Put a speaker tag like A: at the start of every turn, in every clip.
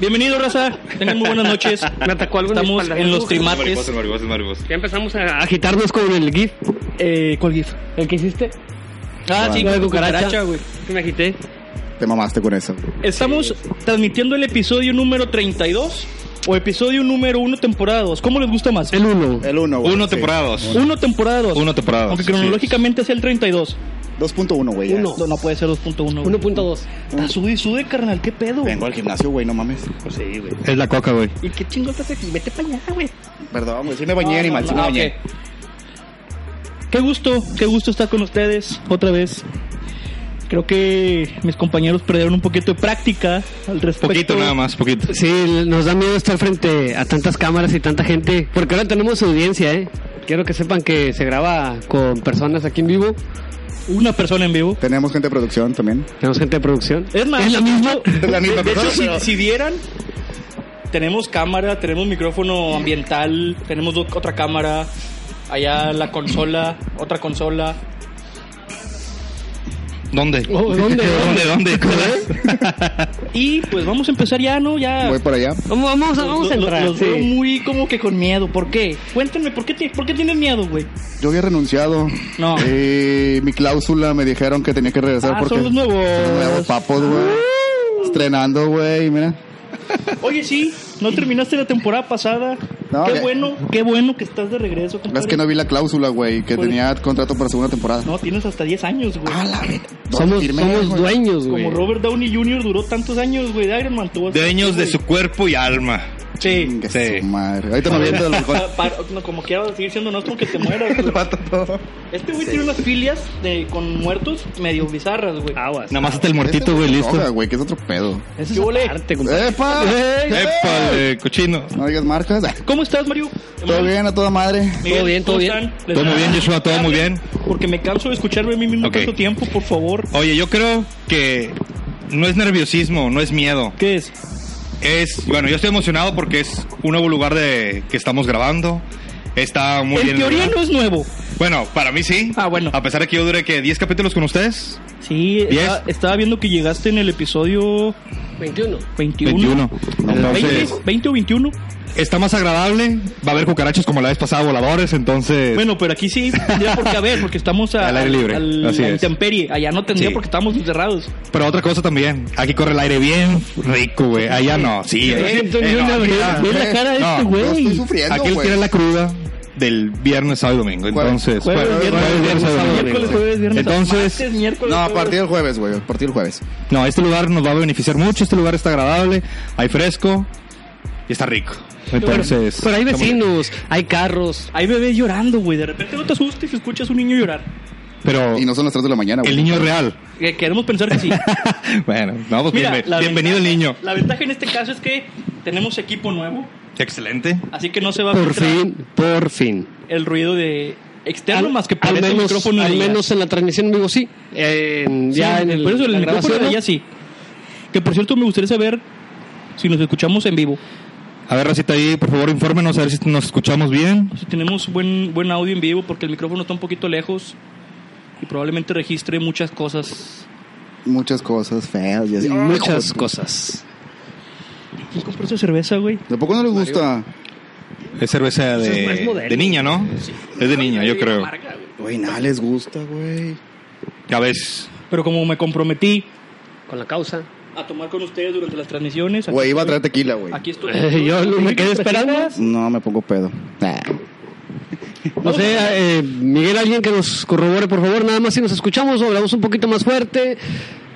A: Bienvenido, raza. Tengan muy buenas noches.
B: Me atacó algo en la
A: Estamos
B: espalda.
A: en los trimates.
C: pues,
D: Mariposas, mariposas, mariposas.
B: Ya empezamos a agitarnos con el GIF.
E: Eh, ¿Cuál GIF?
B: El que hiciste,
A: Ah, sí,
E: La
A: con
E: de
A: cucaracha,
E: cucaracha,
A: güey.
B: que me agité.
C: Te mamaste con eso.
A: Estamos transmitiendo el episodio número 32 o episodio número 1, temporada 2. ¿Cómo les gusta más?
E: El 1.
C: El 1, güey.
D: Uno
C: sí.
D: temporada dos.
A: 1, temporada 2.
D: Uno temporada dos,
A: Aunque cronológicamente sea el 32.
C: 2.1, güey. ya.
B: Uno.
A: No, no puede ser 2.1. güey.
B: 1.2.
A: Ah, Sube y sube, carnal. ¿Qué pedo?
C: Vengo al gimnasio, güey, no mames.
A: Pues
D: Es la coca, güey.
B: ¿Y qué chingón te hace aquí? Vete para allá, güey.
C: Perdón, güey. Sí me bañé, animal. Sí me
A: Ah, ok.
C: bañé.
A: Qué gusto, qué gusto estar con ustedes otra vez. Creo que mis compañeros perdieron un poquito de práctica al respecto.
D: Poquito nada más, poquito.
B: Sí, nos da miedo estar frente a tantas cámaras y tanta gente. Porque ahora tenemos audiencia, ¿eh? Quiero que sepan que se graba con personas aquí en vivo.
A: Una persona en vivo.
C: Tenemos gente de producción también.
B: Tenemos gente de producción.
A: Es más,
B: ¿Es la misma?
C: Es la misma
A: de, de hecho,
C: persona,
A: si,
C: pero-
A: si vieran, tenemos cámara, tenemos micrófono ambiental, tenemos do- otra cámara, allá la consola, otra consola.
D: ¿Dónde?
B: Oh, ¿Dónde?
D: ¿Dónde? ¿Dónde?
A: Y pues vamos a empezar ya, ¿no? Ya.
C: Voy por allá.
B: Vamos, vamos, a- vamos a
A: Los-
B: entrar.
A: Los,
B: sí.
A: veo muy como que con miedo. ¿Por qué? Cuéntenme, ¿por qué, ti- por qué tienen miedo, güey?
C: Yo había renunciado.
A: No.
C: Eh, mi cláusula me dijeron que tenía que regresar
A: Ah,
C: porque.
A: son los nuevos.
C: Son nuevos papos, güey. Estrenando, güey, mira.
A: Oye, sí, no terminaste la temporada pasada.
C: No,
A: qué
C: que-
A: bueno, qué bueno que estás de regreso, compadre.
C: Es que no vi la cláusula, güey, que
A: Pues-
C: tenía contrato para segunda temporada.
A: No, tienes hasta 10 años, güey.
C: A la verga.
B: Somos,
C: Firmé,
B: somos
C: güey.
B: dueños, güey.
A: Como Robert Downey Jr. duró tantos años, güey, de Iron Man. tú vas a-
D: Dueños de su cuerpo y alma.
A: Sí.
C: Chinga
D: Sí.
C: su madre. Ahorita me viendo el
A: Pa- pa- no, como quiera seguir siendo nuestro aunque te mueras. güey.
C: pato todo.
A: Este güey tiene unas filias de, con muertos medio bizarras, güey.
B: Aguas.
D: Nada más hasta el
C: Este
D: muertito, güey, listo.
C: droga, güey, que es otro pedo.
B: Eso
A: ¿Qué ole?
B: es arte, compadre.
C: ¡Epa!
D: ¡Epa, de cochino!
C: No digas marcas. Ah,
A: ¿Cómo estás, Mario?
C: Todo bien, a toda madre.
A: Miguel,
B: Todo bien, todo
A: ¿cómo
B: bien.
A: están? Les
D: Todo muy
A: da-
D: bien, Joshua, todo muy bien.
A: Porque me canso de escucharme a mí mismo
D: Ok.
A: tanto tiempo, por favor.
D: Oye, yo creo que no es nerviosismo, no es miedo.
A: ¿Qué es?
D: Es, bueno, yo estoy emocionado porque es un nuevo lugar de que estamos grabando. Está muy bien.
A: en
D: el
A: teoría
D: lugar.
A: no es nuevo.
D: Bueno, para mí sí.
A: Ah, bueno.
D: A pesar de que yo duré que 10 capítulos con ustedes.
A: Sí,
D: Diez.
A: estaba, estaba viendo que llegaste en el episodio
B: 21.
A: 21.
D: 21. Entonces,
A: 20, 20 o 21.
D: está más agradable. Va a haber cucarachas como la vez pasada, voladores. Entonces,
A: Bueno, pero aquí sí tendría por qué haber, porque estamos a,
D: Al aire libre,
A: al-
D: así
A: a
D: es.
A: intemperie. Allá no tendría
D: Sí.
A: porque estamos encerrados.
D: pero otra cosa también. Aquí corre el aire bien rico, güey. Allá no. Sí, eh, eh, no, aquí no.
A: Ve la cara de
D: No,
A: este
D: yo
C: Yo estoy
A: güey.
C: sufriendo,
D: Aquí él
C: güey.
D: tiene la cruda del viernes, sábado y domingo.
C: ¿Cuál?
D: Entonces,
A: Jueves,
D: bueno,
A: viernes,
D: jueves, viernes, sábado y domingo.
A: Miércoles, jueves, viernes.
D: Entonces,
A: martes, miércoles,
C: No, a
A: jueves.
C: partir del jueves, güey. A partir del jueves.
D: no, este lugar nos va a beneficiar mucho. Este lugar está agradable, hay fresco y está rico. Entonces,
B: Pero hay
D: estamos-
B: vecinos, hay carros.
A: Hay bebés llorando, güey. De repente no te asustes si escuchas un niño llorar.
D: Pero
C: Y no son las 3 de la mañana,
D: el
C: güey.
D: niño es real.
A: Que queremos pensar que sí.
D: bueno, vamos,
A: Mira,
D: bienve-
A: la
D: bienvenido el
A: ventaja-
D: niño.
A: La ventaja en este caso es que tenemos equipo nuevo,
D: Excelente.
A: así que no se va a
B: Por
A: filtrar
B: fin, por fin.
A: el ruido de externo
B: Al-
A: más que
B: al
A: parece el
B: menos,
A: micrófono de
B: al
A: ella.
B: menos en la transmisión digo sí En-
A: Sí,
B: ya en el
A: por eso el
B: la
A: micrófono
B: grabación,
A: de ella
B: ¿no?
A: sí. Que por cierto me gustaría saber si nos escuchamos en vivo,
D: A ver, Racita, ahí, por favor, infórmenos a ver si nos escuchamos bien.
A: si tenemos buen buen audio en vivo porque el micrófono está un poquito lejos y probablemente registre muchas cosas.
C: Muchas cosas feas y así.
B: muchas cosas
A: ¿Quién compró esa cerveza, güey?
C: Tampoco no le gusta.
D: Es cerveza
B: es más
D: de,
B: moderno.
D: de niña, ¿no? Es de niña, yo creo.
C: Güey, nada les gusta, güey.
D: Ya ves.
A: Pero como me comprometí
B: con la causa
A: a tomar con ustedes durante las transmisiones, aquí,
C: Güey, iba a traer tequila, güey.
A: aquí estoy.
B: Eh, yo no me quedé esperando
C: No, me pongo pedo. Ah.
B: no sé eh, Miguel alguien que nos corrobore por favor nada más si nos escuchamos o hablamos un poquito más fuerte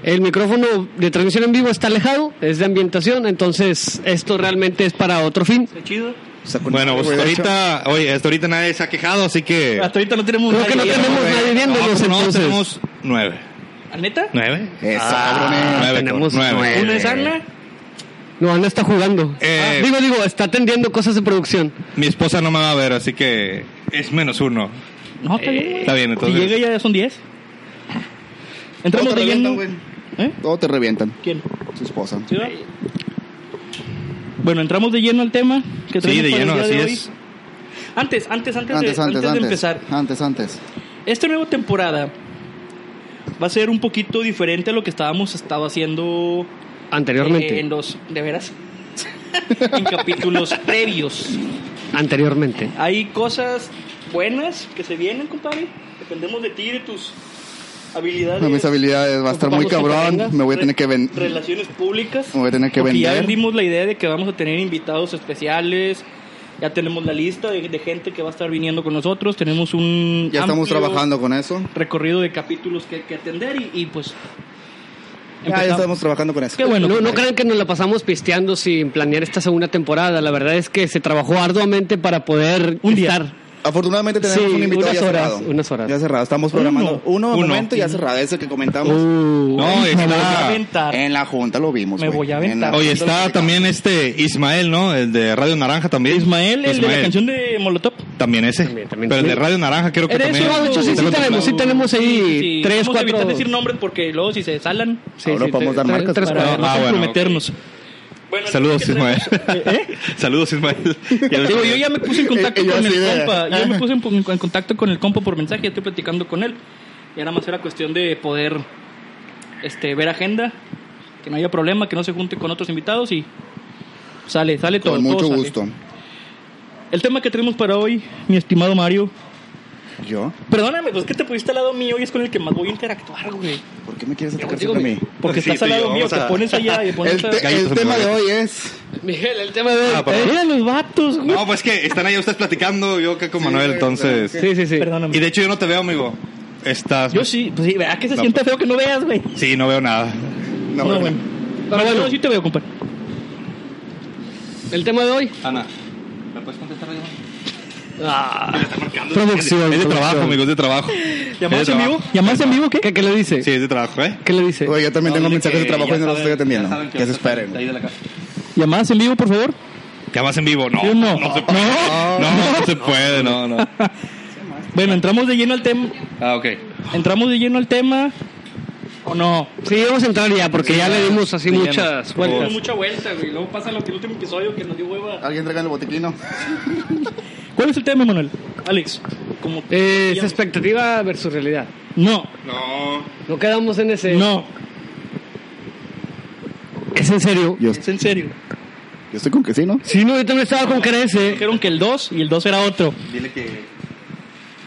B: el micrófono de transmisión en vivo está alejado es de ambientación entonces esto realmente es para otro fin
A: Está chido.
C: Saco una-
D: Bueno, pues
C: este güey, de
D: hasta
C: hecho,
D: ahorita, oye, hasta ahorita nadie se ha quejado, así que.
A: Hasta ahorita no tenemos
B: Creo que
A: nadie.
B: no tenemos
D: Güey,
B: nadie
D: no,
B: viéndonos,
D: pues, no,
B: entonces.
D: tenemos nueve.
A: ¿A neta?
D: ¿Nueve?
C: Eso,
B: Ah.
C: cabrones.
D: Ah, nueve,
B: Tenemos
D: cabrón,
B: nueve.
A: ¿Una es Ana?
B: no Ana está jugando
D: Eh.
B: Ah, digo digo está atendiendo cosas de producción
D: Mi esposa no me va a ver, así que es menos uno.
A: No, está bien, güey.
D: Está bien, entonces.
A: Si llega ya son 10. Entramos
C: Todo te
A: de lleno.
C: revientan,
A: ¿Eh?
C: Todo te revientan.
A: ¿Quién?
C: Su esposa.
A: ¿Sí, va? Bueno, entramos de lleno al tema. Que
D: Sí,
A: traemos
D: de
A: para el
D: lleno,
A: día
D: así
A: de
D: es.
A: hoy. Antes, antes, antes,
C: Antes,
A: de, antes
C: antes,
A: de
C: antes.
A: empezar.
C: Antes, antes.
A: Esta nueva temporada va a ser un poquito diferente a lo que estábamos estado haciendo eh,
B: anteriormente
A: en los. De veras. en capítulos previos.
B: Anteriormente.
A: Hay cosas buenas que se vienen, compadre. Dependemos de ti y de tus habilidades.
C: No, mis habilidades va a estar muy
A: Ocupamos que
C: cabrón.
A: tengas
C: Me voy a tener que
A: re-
C: vender.
A: Relaciones públicas.
C: Me voy a tener que
A: Porque ya
C: vender.
A: vendimos la idea de que vamos a tener invitados especiales. Ya tenemos la lista de, de gente que va a estar viniendo con nosotros. Tenemos un.
C: Ya estamos
A: amplio
C: trabajando con eso.
A: Recorrido de capítulos que, que atender y, y, pues.
C: Ya, ya
A: empezamos.
C: estamos trabajando con eso.
A: Qué bueno.
B: No, no crean que nos la pasamos pisteando sin planear esta segunda temporada. La verdad es que se trabajó arduamente para poder
A: Un día.
B: estar.
C: Afortunadamente tenemos
B: Sí,
C: un invitado
B: unas
C: ya
B: horas,
C: cerrado.
B: unas horas.
C: Ya cerrado. Estamos programando uno, de
D: Uno.
C: momento ya cerrado. Ese que comentamos.
B: Uh,
D: No,
A: Me voy a
D: está-
A: aventar.
C: En la junta lo vimos.
A: Me
C: güey.
A: voy a aventar.
C: En la junta
D: Oye,
C: lo
D: está
C: platicamos.
D: también este Ismael, ¿no? El de Radio Naranja también.
A: Ismael, el de la
D: eh, Ismael.
A: canción de Molotov.
D: También ese.
B: También, también.
D: Pero el de Radio Naranja creo que
A: Eres
D: también.
A: un-
B: No, de hecho, sí, sí
D: Tengo
B: tenemos,
D: entendido.
B: sí tenemos ahí tres,
A: vamos a evitar
B: cuatro-
A: decir nombres porque luego si se salan
B: sí,
C: Ahora
B: sí,
C: podemos dar
B: tres-
C: marcas.
B: tres-
A: para
D: Ah,
A: no
D: ah, bueno,
A: comprometernos. Bueno,
D: Saludos,
A: entonces, ¿qué ¿Eh?
D: Ismael. Saludos, Ismael. Ya lo-
A: Digo, yo ya me puse en contacto
C: Eh, yo
A: con
C: así
A: el
C: de-
A: compa. Yo me puse en, en contacto con el compa por mensaje, ya estoy platicando con él. Y nada más era cuestión de poder este, ver agenda, que no haya problema, que no se junte con otros invitados y sale, sale todo.
C: Con
A: todo
C: mucho
A: sale.
C: gusto.
A: El tema que tenemos para hoy, mi estimado Mario.
C: ¿Yo?
A: Perdóname, pues que te pusiste al lado mío y es con el que más voy a interactuar, güey.
C: ¿Por qué me quieres
A: Yo
C: atacar
A: digo,
C: siempre a mí?
A: Porque
D: Sí,
A: estás
D: tú
A: al
D: y
A: lado
D: yo,
A: mío,
D: vamos
A: te
D: a-
A: pones allá y pones
C: El,
A: acá.
C: te-
D: Gallos
C: el
D: en
C: tema de
D: Puebla.
C: hoy es.
B: Miguel, el tema de.
D: Ah, perdón.
B: eh,
A: Mira los vatos, güey.
D: No, pues que están ahí ustedes platicando, yo acá con Manuel, entonces.
B: Sí, sí, sí.
A: Perdóname.
D: Y de hecho yo no te veo, amigo. Estás.
A: Yo sí, pues sí, ¿verdad que se
D: No,
A: siente feo que no veas, güey?
D: Sí, no veo nada.
C: No,
A: No,
C: bueno.
A: bueno. Pero bueno, sí te veo, compadre.
B: El tema de hoy.
D: Ana, ¿me puedes contestar algo?
B: Ah,
D: Producción. Es de trabajo, amigo, es de trabajo.
A: ¿Llamadas
D: Es de
A: en vivo?
D: trabajo.
A: ¿Llamadas en vivo qué?
B: ¿Qué, qué le dice?
D: Sí, es de trabajo, ¿eh?
B: ¿Qué le dice?
C: Oye, yo también tengo mensajes de trabajo y no los estoy atendiendo.
E: saben
C: Que se esperen.
A: ¿Llamadas en vivo, por favor?
D: ¿Llamas en vivo? No,
A: Sí, no.
D: no, se puede. No, no, se puede, no, no.
A: Bueno, entramos de lleno al tema.
D: Ah, ok.
A: ¿Entramos de lleno al tema o no?
B: Sí, vamos a entrar ya, porque ya le dimos así
D: Sí, ya
B: muchas
D: no.
B: vueltas.
A: Dio mucha vuelta, güey. Luego pasa lo que el último episodio que nos dio hueva.
C: ¿Alguien traiga el botiquino?
A: ¿Cuál es el tema, Manuel? Alex. Como
B: Eh, es expectativa versus realidad.
A: No,
D: No.
B: No quedamos en ese.
A: no.
B: ¿Es en serio?
C: Yo,
A: Es en serio.
C: yo estoy con que sí, ¿no?
B: Sí, no, yo también estaba con crece.
A: Dijeron que el 2 y el 2 era otro.
E: Dile que,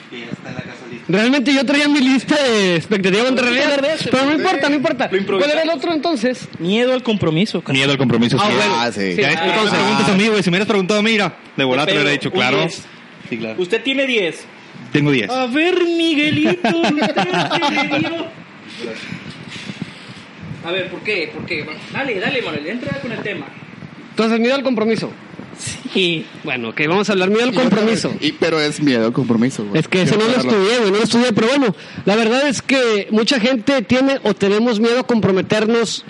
E: que ya está en la casa lista.
B: Realmente yo traía mi lista de expectativa contra realidad. Pero no importa, no importa.
A: Lo improvisamos.
B: ¿Cuál era el otro entonces?
A: Miedo al compromiso. carnal.
D: Miedo al compromiso.
B: Ah,
D: sí.
B: bueno.
C: Ah, sí.
B: Sí.
D: Ya,
B: Ah,
D: entonces, preguntas a mí, güey. Si me hubieras preguntado, mira, de volada te
A: Pero,
D: hubiera dicho,
A: un
D: claro.
A: 10.
E: Sí, claro.
A: Usted tiene 10.
D: Tengo 10.
A: A ver, Miguelito. usted tiene A ver, ¿por qué? ¿Por qué? Dale, dale, Manuel. Entra con el tema.
B: Entonces, miedo al compromiso.
A: Sí.
B: Bueno, ok, vamos a hablar miedo al compromiso.
C: Y, pero es miedo, compromiso. güey.
B: Es que eso no
C: Quiero
B: lo
C: aclararlo.
B: estudié, güey, no lo estudié, pero bueno, la verdad es que mucha gente tiene o tenemos miedo a comprometernos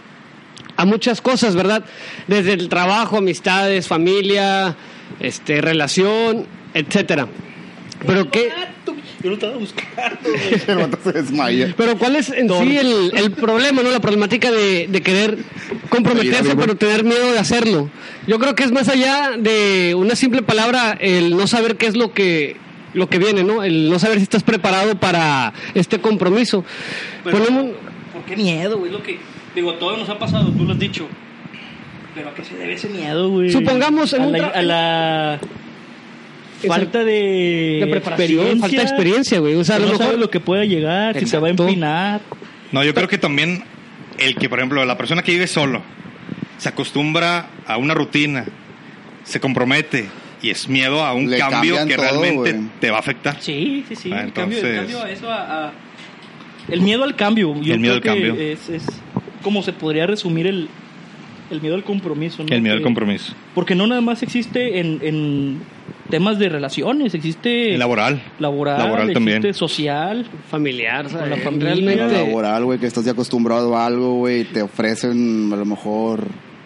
B: a muchas cosas, ¿verdad? Desde el trabajo, amistades, familia, este, relación, etcétera. Pero qué,
A: Yo lo estaba buscando.
C: El vato se desmaya.
B: pero cuál es en sí el, el problema, ¿no? La problemática de, de querer comprometerse, pero tener miedo de hacerlo. Yo creo que es más allá de una simple palabra, el no saber qué es lo que lo que viene, ¿no? El no saber si estás preparado para este compromiso. Ponemos-
A: ¿Por qué miedo, güey? Lo que. Digo, a todos nos ha pasado, tú lo has dicho. Pero ¿a qué se debe ese miedo, güey?
B: Supongamos en
A: a,
B: un
A: la,
B: tra-
A: a la
B: Esa-
A: falta de,
B: de preparación, falta de experiencia, güey. O sea, a lo
A: no sabes
B: mejor
A: lo que pueda llegar, si se va a
B: Exacto.
A: empinar.
D: No, yo creo que también el que, por ejemplo, la persona que vive solo se acostumbra a una rutina, se compromete y es miedo a un
C: Le
D: cambio
C: cambian
D: que
C: todo,
D: realmente
C: güey.
D: te va a afectar.
A: Sí, sí, sí.
D: Ah,
A: el, cambio, el
D: entonces-
A: cambio a eso, a, a- el miedo al cambio. Yo
D: El miedo
A: creo
D: al
A: que
D: cambio.
A: Es, es como se podría resumir el, el miedo al compromiso. ¿no?
D: El miedo al
A: Que-
D: compromiso.
A: Porque no nada más existe en, en temas de relaciones, existe
D: El laboral.
A: laboral,
D: Laboral
A: existe
D: también.
A: social.
B: familiar, o sea,
A: Con la
B: eh,
A: familia.
C: Lo
B: realmente
C: laboral, güey, que estás ya acostumbrado a algo, güey, y te ofrecen a lo mejor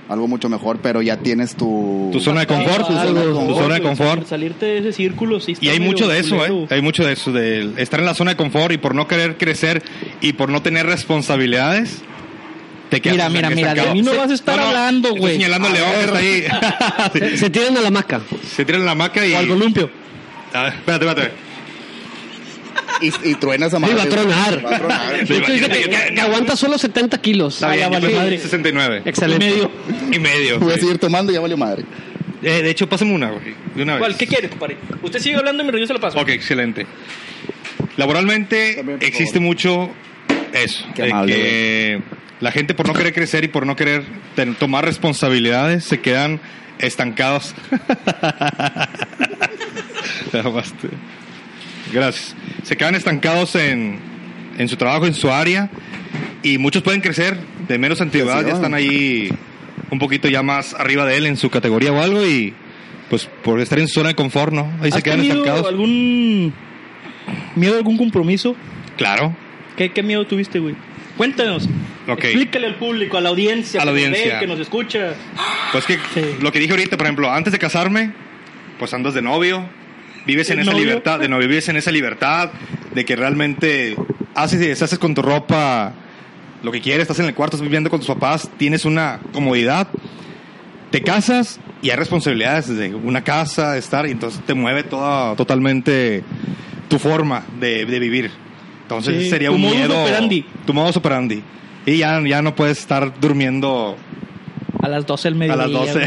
C: algo mucho mejor, pero ya tienes tu...
D: Tu zona de confort,
C: tu zona de
A: Algo,
C: confort,
D: tu zona de confort.
A: Salirte de ese círculo, sí. está
D: Y hay
A: medio
D: mucho de eso,
A: culero.
D: ¿eh? Hay mucho de eso, de estar en la zona de confort y por no querer crecer y por no tener responsabilidades. Te quedas
A: Mira,
D: en
A: mira,
D: que
A: mira, de
D: está acá.
A: mí no vas a estar hablando,
D: estoy
A: güey.
D: Señalando al león que está ahí.
B: se, se tiran a la maca.
D: Se tiran la maca y.
A: O al columpio.
D: A ver, espérate, espérate.
C: y, y truenas a
B: Sí,
C: madre.
B: va a tronar.
C: Va a tronar.
B: De hecho, dice que, que- que aguanta solo 70 kilos.
D: Está bien,
A: ya vale
D: yo pensé
A: madre.
D: 69.
B: Excelente.
D: Y medio.
C: Voy a
D: güey.
C: seguir tomando y ya valió madre.
D: Eh, de hecho, pásame una, güey. De una vez.
A: ¿Cuál? ¿Qué quiere, compadre? Usted sigue hablando mientras yo se lo paso.
D: Ok, excelente. Laboralmente
C: También, por
D: existe
C: favor.
D: mucho eso.
C: Qué
D: de
C: amable,
D: que la gente por no querer crecer y por no querer ten- tomar responsabilidades se quedan estancados. Te amaste. Gracias. Se quedan estancados en, en su trabajo, en su área. Y muchos pueden crecer de menos antigüedad,
C: Así
D: ya
C: va.
D: están ahí un poquito ya más arriba de él en su categoría o algo y pues por estar en su zona de confort, ¿no? Ahí se
A: ¿Has
D: quedan
A: tenido
D: estancados.
A: algún miedo a algún compromiso?
D: Claro.
A: ¿Qué, qué miedo tuviste, güey? Cuéntanos.
D: Ok.
A: Explícale al público, a la audiencia.
D: A la
A: que nos ve,
D: audiencia.
A: Que nos escucha.
D: Pues que
A: Sí.
D: lo que dije ahorita, por ejemplo, antes de casarme, pues andas de novio, vives en
A: ¿De
D: esa
A: novio?
D: libertad, de novio vives en esa libertad de que realmente haces y deshaces con tu ropa lo que quieres, estás en el cuarto, estás viviendo con tus papás, tienes una comodidad, te casas y hay responsabilidades de una casa, de estar, y entonces te mueve toda totalmente tu forma de, de vivir. Entonces
A: Sí,
D: sería
A: tu
D: un
A: modus
D: miedo.
A: operandi.
D: Tu modus operandi. Y ya, ya no puedes estar durmiendo
A: A las 12 del
D: a
A: mediodía.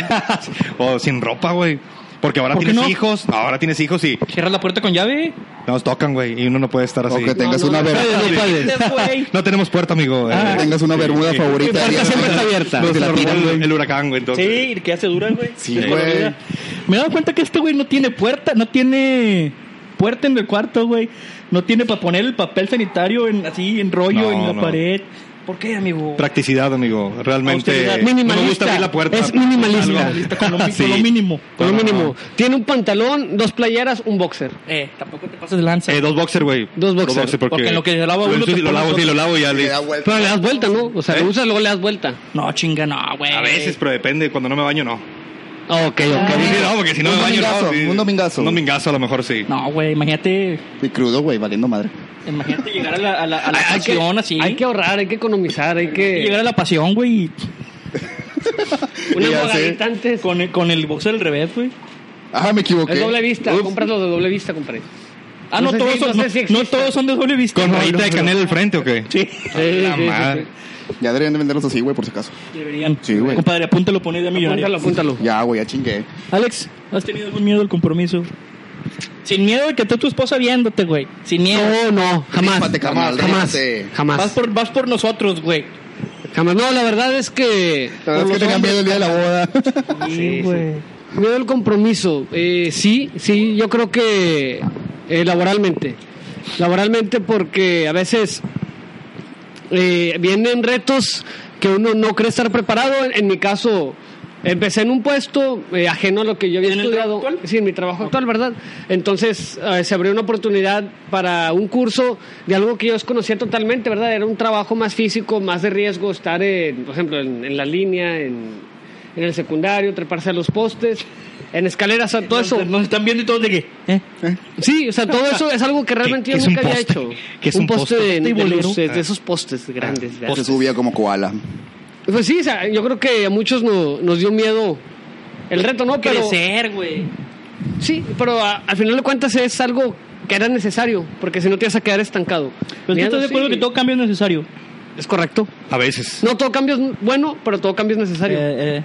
D: las 12.
A: güey.
D: o sin ropa, güey. Porque ahora
A: ¿Por qué
D: tienes
A: no?
D: hijos, ahora tienes hijos y
A: Cierras la puerta con llave.
D: nos tocan, güey. Y uno no puede estar así.
C: O que tengas
B: No, no,
C: una
B: no
C: bermuda.
B: puedes, no puedes.
A: güey.
D: No tenemos puerta, amigo.
A: Ah.
D: Eh,
C: que tengas una bermuda favorita.
B: La puerta siempre está abierta.
D: Nos
C: Te la
D: robó
C: tiran,
D: el,
C: güey.
D: el huracán, güey. Entonces,
A: Sí, y que hace dura, güey.
C: Sí,
A: De toda
C: güey.
A: la vida. Me he dado cuenta que este güey no tiene puerta, no tiene puerta en el cuarto, güey. No tiene para poner el papel sanitario en, así, en rollo,
D: No,
A: en la
D: no.
A: pared. ¿Por qué, amigo?
D: Practicidad, amigo. Realmente.
A: Austeridad.
D: No me
B: Minimalista.
D: gusta abrir la puerta.
B: Es minimalista.
A: Minimalista, con lo, mi-
D: Sí.
A: con lo mínimo.
B: Por lo
D: No, no,
B: mínimo.
D: no.
B: Tiene un pantalón, dos playeras, un boxer.
A: Eh, tampoco te pases de lanza.
D: Eh, dos boxer, güey.
B: Dos boxer.
D: porque,
A: Porque en lo que se lava
D: Lo
A: uno,
D: ensucio
A: te
D: y lo
A: pones
D: lavo,
A: otro.
D: sí, lo lavo y ya.
C: Le
D: le-
C: da
B: Pero
C: vuelta.
B: le das vuelta, ¿no? O sea,
D: ¿Eh?
B: lo usas, luego le das vuelta.
A: No, chinga, no, güey.
D: A veces, pero depende. Cuando no me baño, no.
B: Ah, ok, ok.
D: Sí, no, porque si no
C: Un
D: me baño, no.
C: domingazo,
D: sí.
C: un domingazo.
D: Un domingazo, a lo mejor sí.
A: No, güey, imagínate,
C: Y crudo, güey, valiendo madre.
A: imagínate llegar a la, a la, a la
B: Hay que,
A: pasión así.
B: hay que ahorrar, hay que economizar, hay
A: llegar
B: que...
A: a la pasión, güey,
B: Una
C: Ya sé.
B: mogadita
A: y
B: antes.
A: con el, con el boxer al revés, güey.
C: Ah, me equivoqué.
B: Es doble vista.
C: Ups.
B: Compras los de doble vista, compré.
A: Ah,
B: No
A: no,
B: sé
A: todos
B: si-
A: son,
B: no
A: no,
B: sé si
A: no
B: exista.
A: todos son de doble vista.
D: Con
A: No,
D: rayita
A: no,
D: de
A: pero-
D: canela al frente, ¿o qué?
A: Sí,
B: Sí,
D: La madre.
C: Ya deberían de venderlos así, güey, por si acaso.
A: deberían.
C: Sí, güey.
A: Compadre, apúntalo, pone de millonario.
B: Apúntalo, apúntalo.
C: Ya, güey, ya chingué.
A: Alex, ¿has tenido algún miedo al compromiso? Sin miedo de que esté tu esposa viéndote, güey. Sin miedo.
B: No, no, jamás.
C: Rífate, carnal,
B: jamás,
C: rífate.
B: jamás.
A: Vas por, vas por nosotros, güey.
B: Jamás. No, la verdad es que...
C: La verdad es que tenía miedo el día de la boda.
B: Sí, güey. Miedo al compromiso. Eh, sí, sí, yo creo que eh, laboralmente. Laboralmente porque a veces eh, vienen retos que uno no cree estar preparado. En, en mi caso, empecé en un puesto eh, ajeno a lo que yo había
A: ¿En el
B: estudiado.
A: trabajo actual?
B: Sí, en mi trabajo actual, ¿verdad? Entonces eh, se abrió una oportunidad para un curso de algo que yo desconocía totalmente, ¿verdad? Era un trabajo más físico, más de riesgo, estar, en, por ejemplo, en, en la línea, en, en el secundario, treparse a los postes, en escaleras, o sea, todo eso.
A: Nos, nos están viendo y todos de qué. ¿Eh?
B: Sí, o sea, todo eso es algo que realmente yo
D: qué es
B: nunca
D: un
B: había
D: poste?
B: hecho.
D: ¿Qué es un poste? Ah.
B: de,
A: ¿Poste y
B: de
A: bolero?
B: luces, de esos postes grandes. ¿verdad?
C: Se subía como koala.
B: Pues sí, o sea, yo creo que a muchos no- nos dio miedo el reto, ¿no? Pero
A: Crecer, güey.
B: sí, pero a- al final de cuentas es algo que era necesario, porque si no te vas a quedar estancado.
A: Pero tú
B: Miedo,
A: estás de acuerdo
B: sí.
A: que todo cambio es necesario.
B: es correcto.
D: A veces.
B: No todo cambio es bueno, pero todo cambio es necesario.
A: Eh, eh.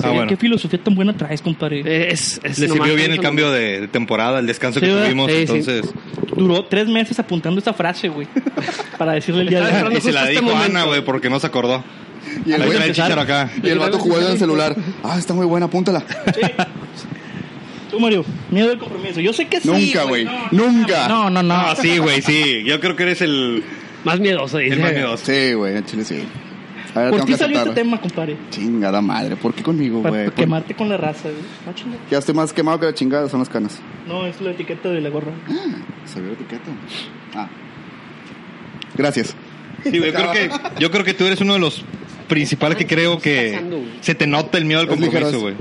D: Ah, bueno.
A: ¿Qué filosofía tan buena traes, compadre?
B: Eh, es, es
D: Le
B: nomás
D: sirvió bien el
B: eso,
D: cambio de de temporada, el descanso
A: Sí,
D: que
A: ¿verdad?
D: tuvimos,
B: Sí, sí.
D: entonces.
A: Duró tres meses apuntando esta frase, güey. para decirle el día de
B: Estaba
A: hoy.
D: Y se la
B: justo este
D: dijo Ana,
B: momento.
D: güey, porque no se acordó.
C: Y el,
D: Ahí
C: güey,
D: trae el chicharo acá.
C: y el vato jugando en el celular. Ah, está muy buena, apúntala.
A: Tú, Mario, miedo al compromiso. Yo sé que sí.
C: Nunca, güey. Ah, Nunca.
A: No, no, no.
D: No, sí, güey, sí. Yo creo que eres el,
B: Más miedoso, dice.
D: el más miedoso.
C: Sí, güey, en Chile sí. A ver,
A: ¿Por
C: tengo que Pues,
A: qué salió este
C: aceptar.
A: tema, compadre?
C: Chingada madre, ¿por qué conmigo,
A: Para
C: güey? Por-
A: quemarte con la raza, güey. No, chinga.
C: Ya estoy más quemado que la chingada, son las canas.
A: No, es la etiqueta de la gorra.
C: Se vio la etiqueta. Ah. Gracias.
D: Sí, güey, yo, creo que, yo creo que tú eres uno de los principales que creo que
B: pasando, güey.
D: se te nota el miedo al
C: Es
D: compromiso,
C: ligero.
D: güey.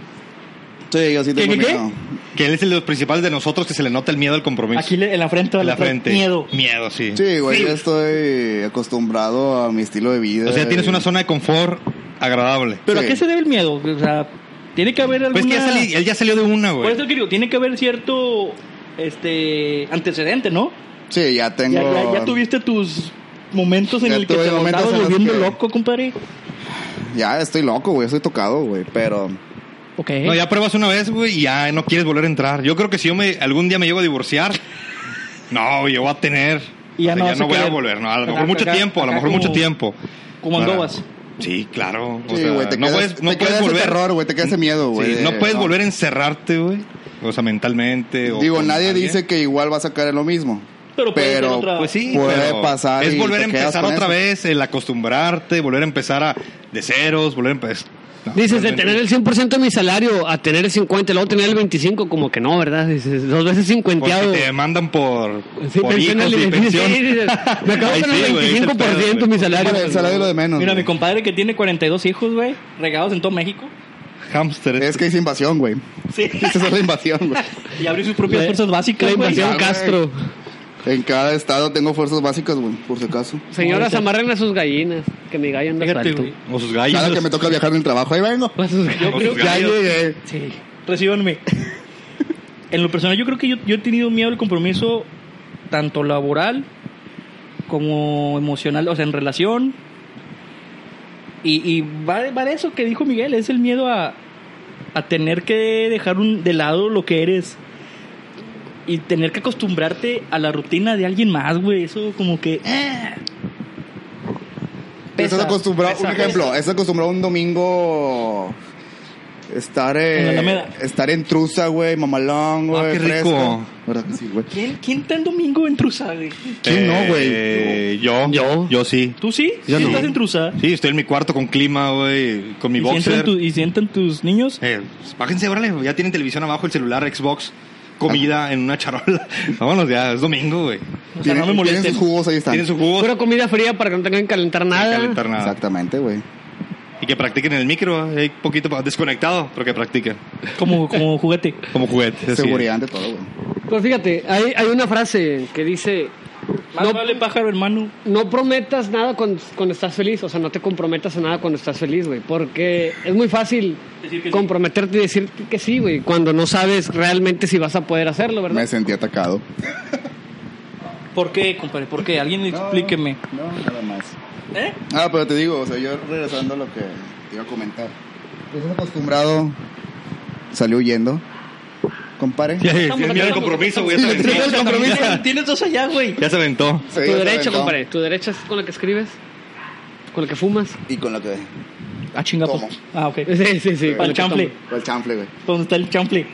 C: Sí, yo sí tengo
A: ¿Qué, qué, qué?
C: miedo.
D: Que él es el de los principales de nosotros que se le nota el miedo al
C: Pues,
D: compromiso.
A: Aquí le- en la frente.
D: en la
A: atrás.
D: frente.
A: Miedo.
D: Miedo, sí.
C: Sí, güey, yo estoy acostumbrado a mi estilo de vida.
D: O sea, tienes
C: y-
D: una zona de confort agradable.
A: ¿Pero a
C: Sí.
A: qué se debe el miedo? O sea, tiene que haber alguna...
D: Pues que ya salí- él ya salió de una,
A: Por
D: güey.
A: eso que digo, tiene que haber cierto este antecedente, ¿no?
C: Sí, ya tengo.
A: Ya, ya, ya tuviste tus momentos en
C: Ya
A: el que
C: tuve
A: te
C: momentos
A: andabas
C: en los
A: volviendo
C: que-
A: loco, compadre.
C: Ya estoy loco, güey. Estoy tocado, güey. Pero.
A: Ok.
D: No, ya pruebas una vez, güey, y ya no quieres volver a entrar. Yo creo que si yo me, algún día me llego a divorciar, no, yo voy a tener.
A: Y ya
D: o sea,
A: no vas a
D: voy a
A: querer.
D: volver, no. A lo
A: Acá-
D: mejor mucho
A: acá-
D: tiempo, a lo
A: acá
D: mejor mucho
A: como-
D: tiempo.
A: como
D: Para-
A: Andobas.
D: Sí, claro. o
C: Sí,
D: sea,
C: güey. Te
D: no
C: quedas,
D: puedes, no
C: te
D: puedes
C: queda
D: volver.
C: ese terror, güey. Te queda ese miedo, güey.
D: Sí,
C: de-
D: no puedes volver a encerrarte, güey. O sea, mentalmente. o
C: Digo,
D: con
C: nadie
D: alguien.
C: dice que igual va a sacar lo mismo.
A: Pero puede ser otra-
D: Pues sí,
C: Puede
D: pero
C: pasar
D: Es
C: y
D: volver a
C: te quedas
D: empezar
C: con
D: otra
C: eso.
D: vez, el acostumbrarte, volver a empezar a de ceros, volver a empezar. No,
B: Dices, de
D: realmente.
B: tener el 100% de mi salario a tener el 50, luego tener el 25, como que no, ¿verdad? Dices, dos veces
D: Porque
B: cincuenteado.
D: te demandan por,
B: Sí,
D: por
B: pensión
D: hijos y
B: alimenticia.
D: pensión.
B: Sí, dices, Me acabo de tener
D: Ahí sí, güey,
B: el
D: ese
B: 25%
D: pedo,
B: de
D: güey.
B: mi salario.
C: Bueno, el salario es lo de menos.
A: Mira, mi
C: güey.
A: compadre que tiene 42 hijos, güey, regados en todo México.
D: Hamster.
C: Es que es invasión, güey.
A: Sí.
C: Esa es la invasión, güey.
A: y abrió sus propias fuerzas básicas,
B: La
A: güey.
B: invasión
C: Ah, güey.
B: Castro.
C: En cada estado tengo fuerzas básicas, güey, por si acaso.
B: Señoras, amarren a sus gallinas, que mi gallo anda
A: Fíjate,
B: suelto.
A: güey.
D: O sus gallos.
C: Cada que me toca viajar del trabajo, ahí vengo.
B: A
A: Yo
B: sus gallinas.
A: creo que...
C: Ya
D: Gallo.
C: llegué.
A: Sí, recíbanme. en lo personal, yo creo que yo, yo he tenido miedo al compromiso tanto laboral como emocional, o sea, en relación. Y, y va, de, va de eso que dijo Miguel, es el miedo a, a tener que dejar un, de lado lo que eres. Y tener que acostumbrarte a la rutina de alguien más, güey. Eso como que... eh. Pesa,
C: estás acostumbrado,
A: pesa,
C: un ejemplo,
A: pesa.
C: estás acostumbrado un domingo estar
A: En la
C: eh,
A: Alameda.
C: estar en trusa, güey, mamalón, güey,
D: Ah, qué
C: fresco.
D: rico.
C: ¿Verdad que sí, güey?
A: ¿Quién, ¿Quién está en domingo en Trusa, güey?
C: ¿Quién no, güey?
D: Eh, yo.
B: Yo.
D: Yo sí.
A: ¿Tú sí?
D: Yo
A: ¿Sí
D: no.
A: estás en Trusa?
D: Sí, estoy en mi cuarto con clima, güey, con mi
A: ¿Y si,
D: boxer.
A: entran tu- y si entran tus niños,
D: Eh, bájense, órale, ya tienen televisión abajo, el celular, Xbox, comida en una charola. Vámonos ya, es domingo, güey.
A: o sea,
C: Tienen-
A: no me
C: tienen
A: molesten.
C: sus jugos, ahí están.
D: Tienen su jugo,
B: Pura comida fría para que no tengan que calentar
D: sin
B: nada.
D: calentar nada.
C: Exactamente, güey.
D: Y que practiquen en el micro, eh, poquito pa- desconectado, pero que practiquen.
A: Como, como juguete.
D: Como juguete. así.
C: Seguridad ante todo, güey.
B: Pero Pues fíjate, hay, hay una frase que dice,
A: Más
B: No.
A: vale pájaro, hermano.
B: no prometas nada cuando, cuando estás feliz, o sea, no te comprometas a nada cuando estás feliz, güey, porque es muy fácil
A: Decir que sí.
B: comprometerte y decir que sí, güey, cuando no sabes realmente si vas a poder hacerlo, ¿verdad?
C: Me sentí atacado.
A: ¿Por qué, compadre? ¿Por qué? Alguien explíqueme.
C: No, nada más.
A: ¿Eh?
C: Ah, pero te digo, o sea, yo regresando a lo que te iba a comentar. Estás acostumbrado salió huyendo. Compare.
D: Ya, ya, ya, mira el compromiso, güey, ya se
C: Sí,
D: aventó.
C: el compromiso.
A: Tienes- Tienes dos allá, güey.
D: Ya se aventó.
B: tu
C: Sí, ya
B: derecha,
C: saben, ¿no?
B: compadre, tu derecha es con la que escribes, con la que fumas.
C: Y con lo que
A: Ah, chinga, pues.
C: Tomo.
A: Ah, ok.
B: Sí, sí, sí.
A: Para el chample.
C: con el chanfle, güey.
A: ¿Dónde está el chample?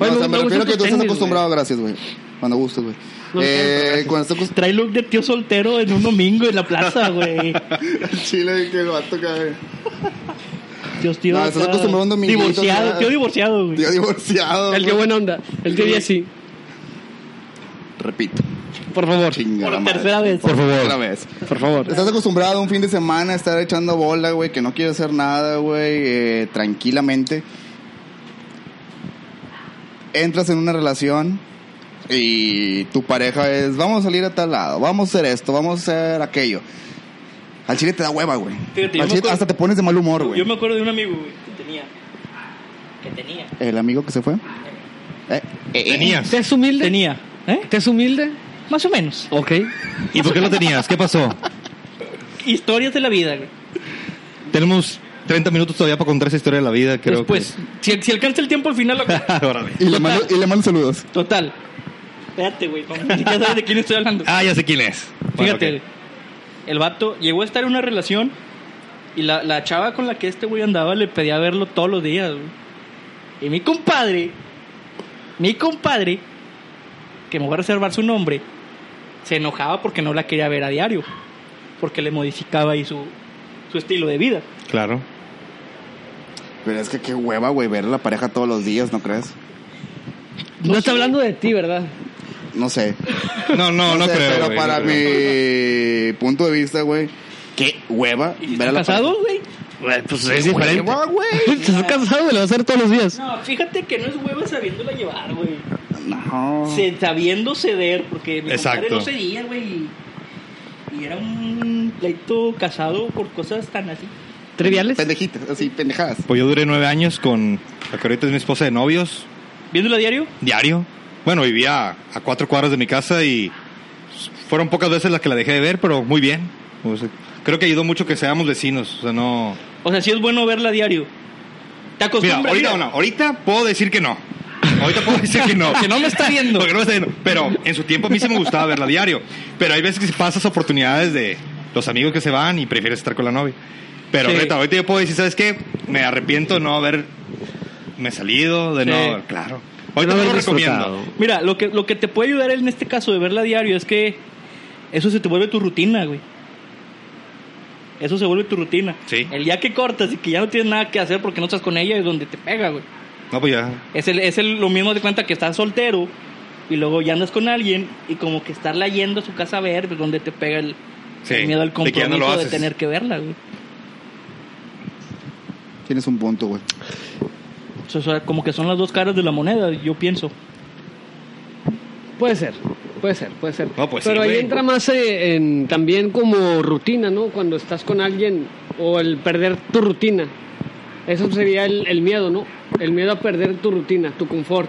B: Oye,
C: No, o sea,
B: me- me
C: me refiero
B: gustan
C: que tú
B: tus
C: estás
B: tenis,
C: acostumbrado, gracias, güey. Cuando gustes, güey.
B: No, no,
C: eh,
B: gracias.
C: cuando estás acostumbrado
A: Trae look de tío soltero en un domingo en la plaza, güey.
C: al chile, que el vato cae.
A: Dios tío.
C: No, estás
A: acá,
C: acostumbrado a un dominguito,
A: Divorciado,
C: ya.
A: tío divorciado, güey.
C: Tío divorciado.
B: El tío
C: güey.
B: buena onda, el tío ya sí.
C: Repito.
B: Por favor,
C: Chinga
A: Por
C: la madre.
A: tercera vez.
C: Por favor. Otra vez.
B: por favor.
C: Estás acostumbrado a un fin de semana a estar echando bola, güey, que no quiere hacer nada, güey, eh, tranquilamente. Entras en una relación y tu pareja es, vamos a salir a tal lado, vamos a hacer esto, vamos a hacer aquello. Al chile te da hueva, güey.
A: Fíjate, yo me
C: Al chile
A: acuerdo-
C: hasta te pones de mal humor, güey.
A: Yo me acuerdo de un amigo, güey, que tenía. Que tenía.
C: El amigo que se fue. Eh, eh,
D: Tenías.
B: ¿Te es humilde?
A: Tenía. ¿Eh?
B: ¿Te es humilde?
A: Más o menos.
B: Ok.
D: ¿Y por qué no tenías? ¿Qué pasó?
A: Historias de la vida, güey.
D: Tenemos 30 minutos todavía para contar esa historia de la vida, creo
A: Después, si, si alcanza el tiempo al final, lo
D: que. Órale.
C: Y le, mando, y le mando saludos.
A: Total. Espérate, güey. no, Ya sabes de quién estoy hablando.
D: Ah, ya sé quién es. Bueno,
A: Fíjate,
D: ok.
A: el vato llegó a estar en una relación y la, la chava con la que este güey andaba le pedía verlo todos los días, güey. Y mi compadre, mi compadre, que me voy a reservar su nombre, se enojaba porque no la quería ver a diario. Porque le modificaba ahí su, su estilo de vida.
D: Claro.
C: Pero es que qué hueva, güey, ver a la pareja todos los días, ¿no crees?
B: No está hablando de ti, ¿verdad?
C: No sé.
D: No, no, no,
C: sé,
D: creo.
C: Pero
D: güey, no
C: para
D: creo.
C: mi punto de vista, güey, qué hueva.
A: ¿Y si
C: ver a
A: están
C: la
A: casados, güey?
D: Güey, Pues es diferente.
C: Hueva, güey.
B: Te has cansado de lo vas a hacer todos los días.
A: No, fíjate que no es hueva sabiéndola llevar, güey.
C: No.
A: se- sabiendo ceder, porque mi compadre
D: Exacto.
A: no cedía, güey. y- Y era un pleito casado por cosas tan así.
B: ¿Triviales?
C: Pendejitas, así, pendejadas.
D: Pues yo duré nueve años con la que ahorita es mi esposa de novios,
A: ¿Viéndolo a diario?
D: diario. Bueno, vivía a cuatro cuadras de mi casa y Fueron pocas veces las que la dejé de ver, pero muy bien. O sea, creo que ayudó mucho que seamos vecinos. O sea, no.
A: O sea, sí es bueno verla a diario. ¿Te
D: Mira,
A: acostumbras?
D: ahorita no, ahorita puedo decir que no. Ahorita puedo decir que no.
A: Que no me está viendo.
D: Porque no me está viendo. Pero en su tiempo a mí sí me gustaba verla a diario. Pero hay veces que se pasas oportunidades de los amigos que se van y prefieres estar con la novia. Pero
A: Sí.
D: neta, ahorita yo puedo decir, ¿sabes qué? Me arrepiento de no haber me salido, de
A: Sí.
D: no. Claro. Ahorita no
B: haber
D: lo recomiendo.
B: disfrutado.
A: Mira, lo que, lo que te puede ayudar en este caso de verla a diario es que eso se te vuelve tu rutina, güey. Eso se vuelve tu rutina.
D: Sí.
A: El día que cortas y que ya no tienes nada que hacer porque no estás con ella es donde te pega, güey.
D: No, pues ya.
A: Es, el, es el- lo mismo de cuenta que estás soltero y luego ya andas con alguien y como que estarla yendo a su casa a ver pues, donde te pega el,
D: Sí,
A: el miedo al
D: de que ya
A: compromiso
D: no
A: de,
D: lo haces.
A: tener que verla, güey.
C: Tienes un punto, güey.
A: O sea, o sea, como que son las dos caras de la moneda, yo pienso.
B: Puede ser, puede ser, puede ser.
D: No, pues sí,
B: Pero ahí
D: güey.
B: entra más eh, en, también como rutina, ¿no? Cuando estás con alguien o el perder tu rutina. Eso sería el, el miedo, ¿no? El miedo a perder tu rutina, tu confort,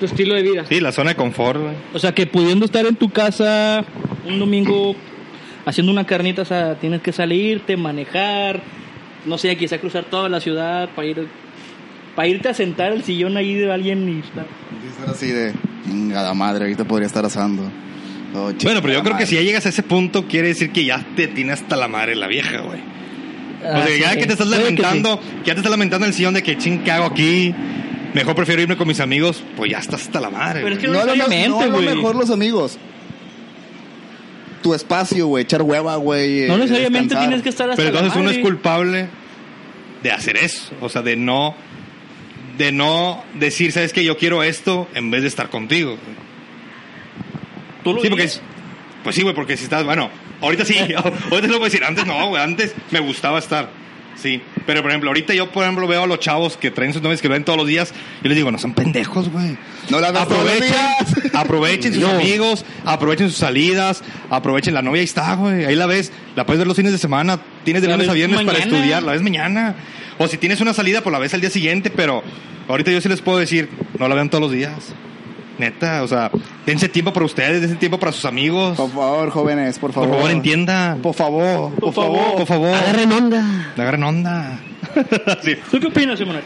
B: tu estilo de vida.
D: Sí, la zona de confort, güey.
A: O sea, que pudiendo estar en tu casa un domingo haciendo una carnita, o sea, tienes que salirte, manejar, no sé, quizá cruzar toda la ciudad para ir para irte a sentar al sillón ahí de alguien y estar-
C: Estar así de. Chingada madre, ahorita podría estar asando. Oh,
D: Bueno,
C: chingada
D: pero yo creo
C: madre.
D: que si ya llegas a ese punto, quiere decir que ya te tiene hasta la madre la vieja, güey. O
A: Ah,
D: sea, ya
A: sí.
D: que te estás
A: Puede que sí.
D: lamentando, que ya te estás lamentando en el sillón de que ching, ¿qué hago aquí? Mejor prefiero irme con mis amigos, pues ya estás hasta la madre.
A: Pero es
D: güey.
A: que-
C: No, a lo me- no, a lo
A: Necesariamente, güey.
C: mejor los amigos. Tu espacio, güey, echar hueva, güey.
A: No
C: eh,
A: necesariamente
C: descansar.
A: tienes que estar hasta
D: Pero
A: la
D: entonces uno es
A: madre.
D: culpable de hacer eso, o sea, de no de no decir, sabes que yo quiero esto en vez de estar contigo.
A: Tú lo
D: Sí, porque
A: dices.
D: es- pues sí, güey, porque si estás, bueno, ahorita sí, ahorita lo puedo decir, antes no, güey, antes me gustaba estar. Sí, pero por ejemplo, ahorita yo, por ejemplo, veo a los chavos que traen sus novias, que lo ven todos los días, yo les digo, no son pendejos, güey.
C: No la hagas todos los días.
D: Aprovechen, aprovechen sus amigos, aprovechen sus salidas, aprovechen la novia, ahí está, güey. Ahí la ves, la puedes ver los fines de semana, tienes de
A: La
D: lunes a
A: ves
D: viernes para
A: mañana.
D: estudiar, la ves mañana. O si tienes una salida, pues la ves al día siguiente, pero ahorita yo sí les puedo decir, no la vean todos los días. Neta, o sea, dense tiempo para ustedes, dense tiempo para sus amigos.
C: Por favor, jóvenes, por
D: Por
C: favor.
D: favor, entiendan.
C: Por favor, por favor.
D: Por favor,
B: Agarren onda.
D: agarren onda. Sí.
A: ¿Tú qué opinas, Emanuel?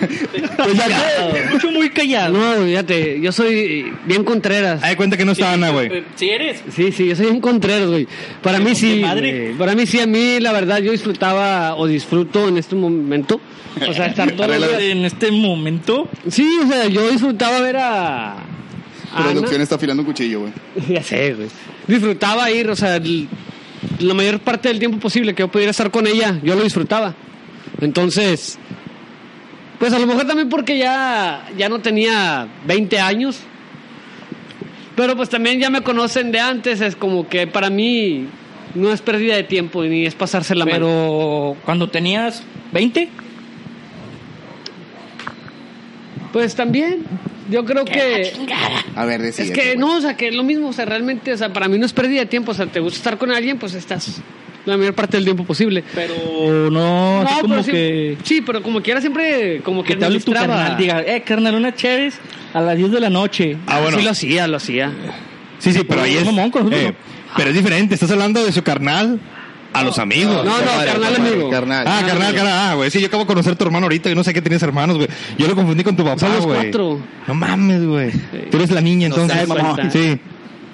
B: Pues ya que-
A: Mucho muy callado.
B: No, fíjate, yo soy bien contreras.
D: Haz de cuenta que no está Ana, güey.
A: Eh, Si eres.
B: Sí, sí, yo soy un contreras, güey. Para
A: Pero con
B: mí
A: tu
B: sí,
A: madre.
B: güey. para mí sí, a mí la verdad yo disfrutaba o disfruto en este momento. O sea, estar todo el día-
A: En este momento.
B: Sí, o sea, yo disfrutaba ver a... a
A: Ah,
C: Producción está afilando un cuchillo, güey.
B: Ana. Ya sé, güey. Disfrutaba ir, o sea, el- la mayor parte del tiempo posible que yo pudiera estar con ella, yo lo disfrutaba. Entonces, pues a lo mejor también porque ya, ya no tenía 20 años. Pero pues también ya me conocen de antes, es como que para mí no es pérdida de tiempo ni es pasársela mal.
A: Pero cuando tenías 20,
B: Pues también, yo creo que...
C: A ver, decide.
B: es que no, o sea, que es lo mismo, o sea, realmente, o sea, para mí no es pérdida de tiempo, o sea, te gusta estar con alguien, pues estás la mayor parte del tiempo posible.
A: pero no, así como
B: pero sí-
A: que.
B: Sí, pero como quiera siempre, como
A: Que
B: que
A: te hable tu
B: administraba.
A: carnal, diga, eh, carnal, una chévere a las 10 de la noche.
D: Ah, bueno.
B: Sí lo hacía, lo hacía.
D: Sí, sí, pero ahí es.
A: No, mamón, con nosotros
D: eh, pero es diferente, estás hablando de su carnal a los amigos.
B: No, no,
C: Compadre,
B: carnal
C: compadre,
B: amigo.
C: Carnal.
D: Ah, carnal, carnal, ah, güey. Sí, yo acabo de conocer a tu hermano ahorita. Yo no sé qué tienes hermanos, güey. Yo lo confundí con tu papá,
B: Somos
D: güey.
B: cuatro.
D: No mames, güey. Tú eres la niña,
C: No
D: entonces.
C: seas mamón.
D: sí.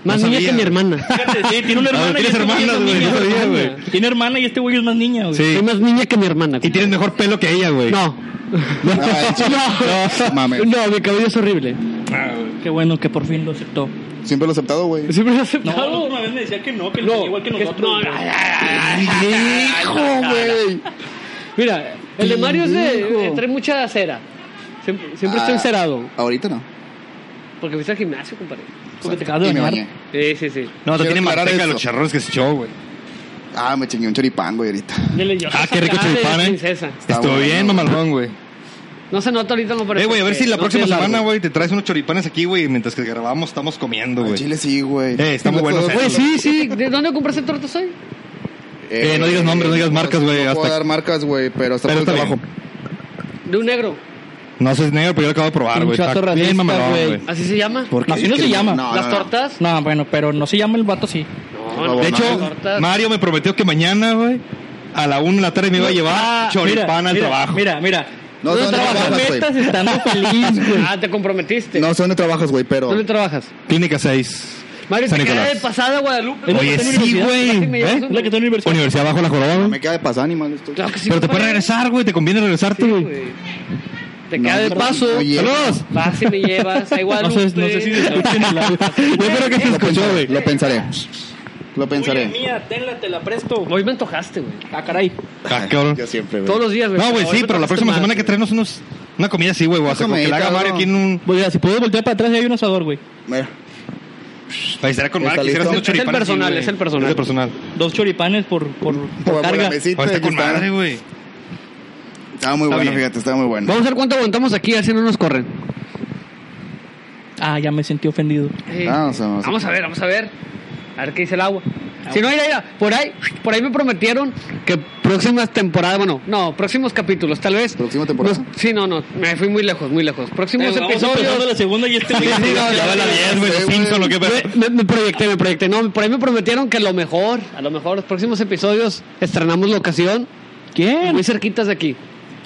B: Más
D: No
B: niña
D: sabía.
B: que mi hermana.
A: Fíjate, sí, tiene una
D: Ah,
A: hermana. y
D: tienes
A: este güey
D: hermanas,
A: es más
D: güey,
A: niña.
D: no sabía,
B: güey.
A: Tiene hermana y este güey es más niña, güey.
D: Sí.
B: Soy más niña que mi hermana.
D: Y tienes mejor pelo que ella, güey.
B: No.
C: No, no, mames.
B: No, mi cabello es horrible.
A: Qué bueno que por fin lo aceptó.
C: Siempre lo he aceptado, güey.
B: Siempre lo he
A: No, la
B: aceptado.
A: última vez me decía que no, que
B: No,
A: igual que
B: que-
A: nosotros.
B: no,
A: güey.
B: no,
C: ¡Hijo, güey!
B: Mira, el de Mario es de,
C: Pendejo.
B: trae mucha cera. Siempre, siempre estoy
C: Ah,
B: cerado.
C: Ahorita no.
B: Porque fuiste al gimnasio, compadre.
A: Porque te acabas de
C: Y me
A: bañar.
C: bañé.
B: Sí, sí, sí.
D: No, te
C: Quiero
D: tiene
C: aclarar
D: manteca de
C: eso.
D: los charrones que se echó, güey.
C: Ah, me chingué un choripán, güey, ahorita.
B: Dele yo.
D: Ah, qué rico
B: Dale,
D: choripán, ¿eh?
B: princesa.
C: Está
D: Estuvo
C: bueno,
D: bien,
C: güey.
D: mamalón, güey.
B: No se nota ahorita, no parece.
D: Eh, güey, a ver si la
B: No
D: próxima
B: tiene largo.
D: semana, güey, te traes unos choripanes aquí, güey. y Mientras que grabamos, estamos comiendo,
C: Al
D: güey.
C: Chile sí, güey.
D: Eh, está muy bueno,
B: Güey, sí, sí. ¿De dónde compraste tortas hoy?
D: Eh, no digas nombres, no digas marcas, güey,
C: No puedo
D: hasta-
C: dar marcas, güey, pero está
D: Pero
C: por el
D: está
C: trabajo.
D: bien.
B: De un negro.
D: No sé si es negro, pero yo lo acabo de probar, güey.
A: Pinche
D: Está
A: vato
D: bien
A: racista,
D: mamalón,
A: güey.
D: güey.
B: ¿Así se llama?
C: ¿Por qué?
A: Así no
C: Es que
A: se llama.
C: No,
B: ¿Las
C: no, no.
B: tortas?
A: No, bueno, pero no se llama el vato así.
B: No,
C: no,
D: De
C: no.
D: hecho,
B: Tortas.
D: Mario me prometió que mañana, güey, a la una de la tarde me iba a llevar
A: Ah,
D: choripán
A: mira,
D: al
A: mira,
D: trabajo.
A: Mira, mira.
C: No,
A: No,
C: ¿dónde
A: trabajas
C: trabajas,
A: metas
C: güey?
A: estando feliz, güey.
B: Ah, te comprometiste.
C: No sé dónde trabajas, güey, pero.
B: ¿Dónde trabajas?
D: Clínica 6.
B: Mario,
D: San
B: te queda
D: Nicolás.
B: de pasada a Guadalupe.
D: Oye,
A: Es la que está
D: sí,
A: en
D: güey.
B: Casi me
D: ¿Eh?
B: llevas
A: Es la que está en la universidad.
D: Universidad Bajo la Jorobada. güey.
C: Me queda de pasar, ni mal estoy.
B: Claro que sí,
D: Pero te puedes
B: compadre.
D: regresar, güey. Te conviene regresarte,
B: Sí,
D: güey.
B: güey. Te
C: No,
B: queda de
C: no,
B: paso.
C: oye.
D: ¡Saludos!
B: Vas y me llevas a
A: Ah, No
B: Guadalupe.
A: sé, no sé si se escucha en la-
D: Yo creo que se
C: Lo
D: escuchó,
C: pensaré,
D: güey.
C: lo pensaré. Lo
A: Oye,
C: pensaré.
A: mía, tenla, te la presto.
B: Hoy me antojaste, güey.
A: Ah, caray.
D: Ah, cabrón.
C: Yo siempre,
B: Todos
C: güey.
B: los días, güey.
D: No, güey,
B: hoy
D: sí,
B: me
D: pero la
B: antojaste
D: próxima
B: más,
D: semana que
B: güey.
D: traernos unos, una comida así, güey. O sea, como que la haga
C: Déjame,
D: Mario aquí en un...
A: Voy a- si puedes voltear para atrás, y hay un asador, güey.
C: Mira,
D: Ahí estará con
C: Está listo.
D: Mario. Quisiera hacer
C: Es
D: unos
B: el
D: choripanes.
B: personal,
D: así, güey.
B: es el personal.
D: Es el personal.
A: Dos choripanes por, por, por
C: por la
A: carga.
C: mesita.
D: Ahí está
C: aquí
D: con madre, güey.
C: Estaba muy bueno,
D: bien.
C: fíjate, estaba muy bueno.
B: Vamos a ver cuánto aguantamos aquí, así no nos corren.
A: Ah, ya me sentí ofendido.
B: Eh,
C: Vamos, vamos.
B: Vamos a ver, vamos a ver. A ver qué dice el agua. Si no, mira, mira, por ahí, por ahí me prometieron que próximas temporadas, bueno, no, próximos capítulos, tal vez.
C: Próxima temporada.
B: Nos- sí, no, no, me fui muy lejos, muy lejos. Próximos
A: empezando
B: episodios.
A: la segunda y este... güey-
B: Sí, sí, no,
D: Ya va la 10, güey.
C: Sí,
D: Los
C: güey.
D: Simpson, lo que...
B: Me, me proyecté, me proyecté. No, por ahí me prometieron que a lo mejor, a lo mejor, los próximos episodios estrenamos locación
A: ¿Quién?
B: muy cerquitas de aquí.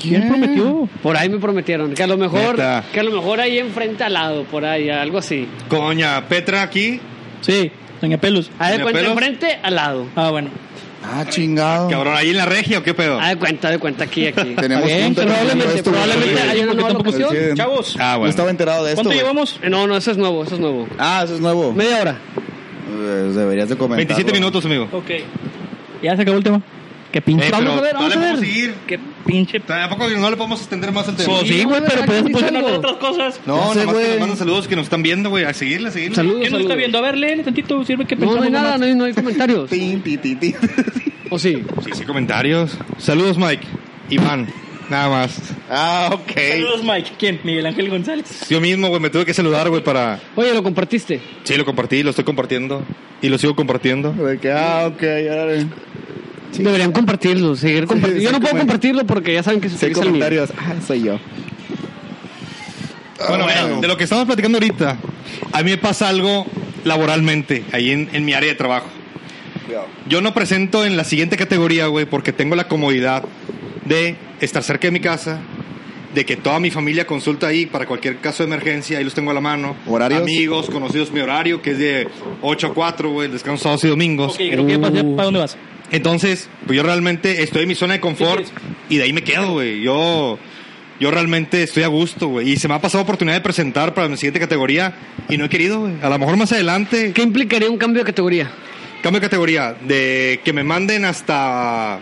A: ¿Quién prometió?
B: Por ahí me prometieron que a lo mejor,
D: Neta.
B: que a lo mejor ahí enfrente al lado, por ahí, algo así.
D: Coña, Petra aquí.
A: Sí, doña Pelos.
B: A de
D: ¿Me
B: cuenta,
D: pelos?
B: enfrente al lado.
A: Ah, bueno.
C: Ah, chingado.
D: Cabrón, ¿ahí en la regia o qué pedo?
B: A de cuenta, de cuenta, aquí, aquí.
C: Tenemos
A: Está bien,
C: junta
A: probablemente-
C: esto, güey.
B: probablemente
C: Sí,
B: haya una
A: Porque
B: nueva
A: tampoco-
C: locación.
A: Sí. Chavos,
D: Ah,
C: No
D: bueno.
C: estaba enterado de Em, esto.
A: ¿cuánto
C: güey.
A: llevamos?
B: Eh, No, no, eso es nuevo, eso es nuevo.
C: Ah, eso es nuevo.
B: Media hora.
C: Eh, Deberías de comentar.
D: 27 minutos, amigo.
A: Ok. Ya se acabó el tema. Qué pinche...
D: Eh,
A: Vamos
D: pero
A: a ver,
D: no
A: vamos
D: le
A: a ver.
D: podemos seguir.
A: Qué pinche...
D: Tampoco no le podemos extender más el tema.
A: Pues sí, güey, pero puedes poner
B: Algo.
A: otras cosas.
C: Ya
D: No,
C: sé,
D: nada más que
C: güey.
D: nos mandan saludos que nos están viendo, güey. A seguirle, a seguirle.
B: Saludos,
A: ¿Quién nos está
B: saludos.
A: viendo? A ver, léele tantito, sirve que
B: No, no
A: pensamos
B: hay nada,
A: más.
B: no hay, no hay comentarios.
C: Tin, ti, ti, ti.
B: ¿O sí?
D: Sí, sí, comentarios. Saludos, Mike. Iván. Nada más.
C: Ah, ok.
A: Saludos, Mike. ¿Quién? Miguel Ángel González.
D: Yo mismo, güey, me tuve que saludar, güey, para...
B: Oye, lo compartiste.
D: Sí, lo compartí, lo estoy compartiendo. Y lo sigo compartiendo.
C: De que, ah, ok, ahora
B: Deberían compartirlo, seguir compartiendo.
C: sí,
B: Yo no
C: sí,
B: puedo
C: comen-
B: compartirlo porque ya saben que se
C: Sé
B: utiliza el mío.
C: comentarios. Ah, soy yo. Ah,
D: Bueno, mira, de lo que estamos platicando ahorita, a mí me pasa algo laboralmente, ahí en, en mi área de trabajo. Yo no presento en la siguiente categoría, güey, porque tengo la comodidad de estar cerca de mi casa, de que toda mi familia consulta ahí para cualquier caso de emergencia, ahí los tengo a la mano.
C: ¿Horarios?
D: Amigos, conocidos, mi horario, que es de 8 a 4, güey, descanso sábados y domingos.
A: Ok, creo que ya pasé. ¿Para dónde vas?
D: Entonces, pues yo realmente estoy en mi zona de confort
A: Sí,
D: y de ahí me quedo, güey. Yo, yo realmente estoy a gusto, güey. Y se me ha pasado oportunidad de presentar para mi siguiente categoría y no he querido, güey. A lo mejor más adelante,
B: ¿Qué implicaría un cambio de categoría?
D: cambio de categoría, de que me manden hasta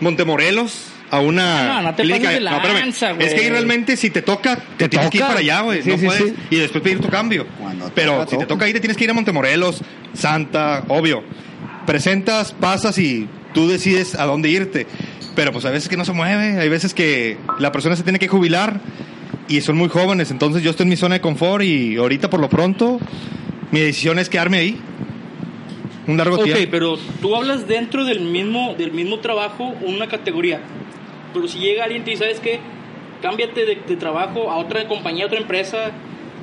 D: Montemorelos a una
A: Ah, No, no te pases de lanza, güey.
D: es que ahí realmente si te toca, te, tienes que ir
B: toca.
D: para allá, güey.
B: Sí,
D: no
B: sí,
D: puedes
B: sí.
D: y después pedir tu cambio.
C: Cuando toca,
D: Pero si te
C: toca.
D: toca ahí, te tienes que ir a Montemorelos, Santa, obvio. Presentas, pasas y tú decides a dónde irte. Pero pues a veces que no se mueve, hay veces que la persona se tiene que jubilar y son muy jóvenes. Entonces yo estoy en mi zona de confort y ahorita por lo pronto mi decisión es quedarme ahí un largo
A: Ok,
D: tiempo.
A: pero tú hablas dentro del mismo, del mismo trabajo, una categoría. Pero si llega alguien y te dice, ¿sabes qué? Cámbiate de, de trabajo a otra compañía, a otra empresa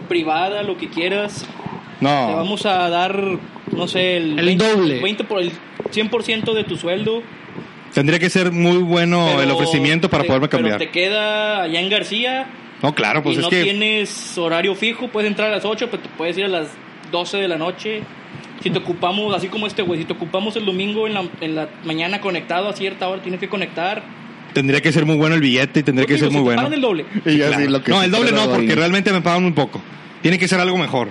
A: privada, lo que quieras.
D: No.
A: Te vamos a dar, no sé, el,
B: El doble.
A: 20 por el 100% de tu sueldo.
D: Tendría que ser muy bueno
A: pero
D: el ofrecimiento para
A: te-
D: poderme cambiar.
A: Pero te queda allá en García
D: No, claro, pues
A: y
D: es
A: no
D: que
A: tienes horario fijo. Puedes entrar a las 8, pero te puedes ir a las 12 de la noche. Si te ocupamos, así como este güey, si te ocupamos el domingo en la, en la mañana conectado a cierta hora, tienes que conectar.
D: tendría que ser muy bueno el billete y tendría que
A: Digo,
D: ser
A: pues si
D: muy
A: te
D: bueno.
A: pagan el doble.
C: Y yo
D: Claro.
C: así, lo que
D: no, el doble no,
C: Pero
D: porque
C: ahí.
D: realmente me pagan muy poco. Tiene que ser algo mejor.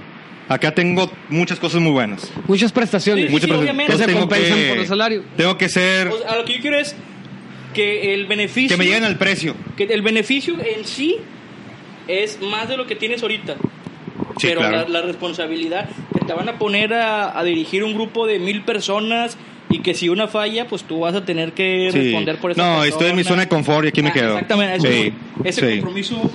D: Acá tengo muchas cosas muy buenas.
B: Muchas prestaciones.
A: Sí,
D: Muchas
A: sí,
D: personas-
A: obviamente.
D: Entonces
B: Que se
D: tengo
B: compensan
D: que-
B: por el salario.
D: Tengo que ser
A: O sea, a lo que yo quiero es que el beneficio.
D: que me lleguen al precio.
A: que el beneficio en sí es más de lo que tienes ahorita.
D: Sí,
A: pero
D: claro.
A: la, la responsabilidad que te van a poner a, a dirigir un grupo de mil personas y que si una falla, pues tú vas a tener que
D: Sí.
A: responder por esa
D: No, estoy en mi
A: persona.
D: zona de confort y aquí me
A: Ah,
D: quedo.
A: Exactamente, a eso
D: Sí,
A: voy. ese
D: sí.
A: compromiso,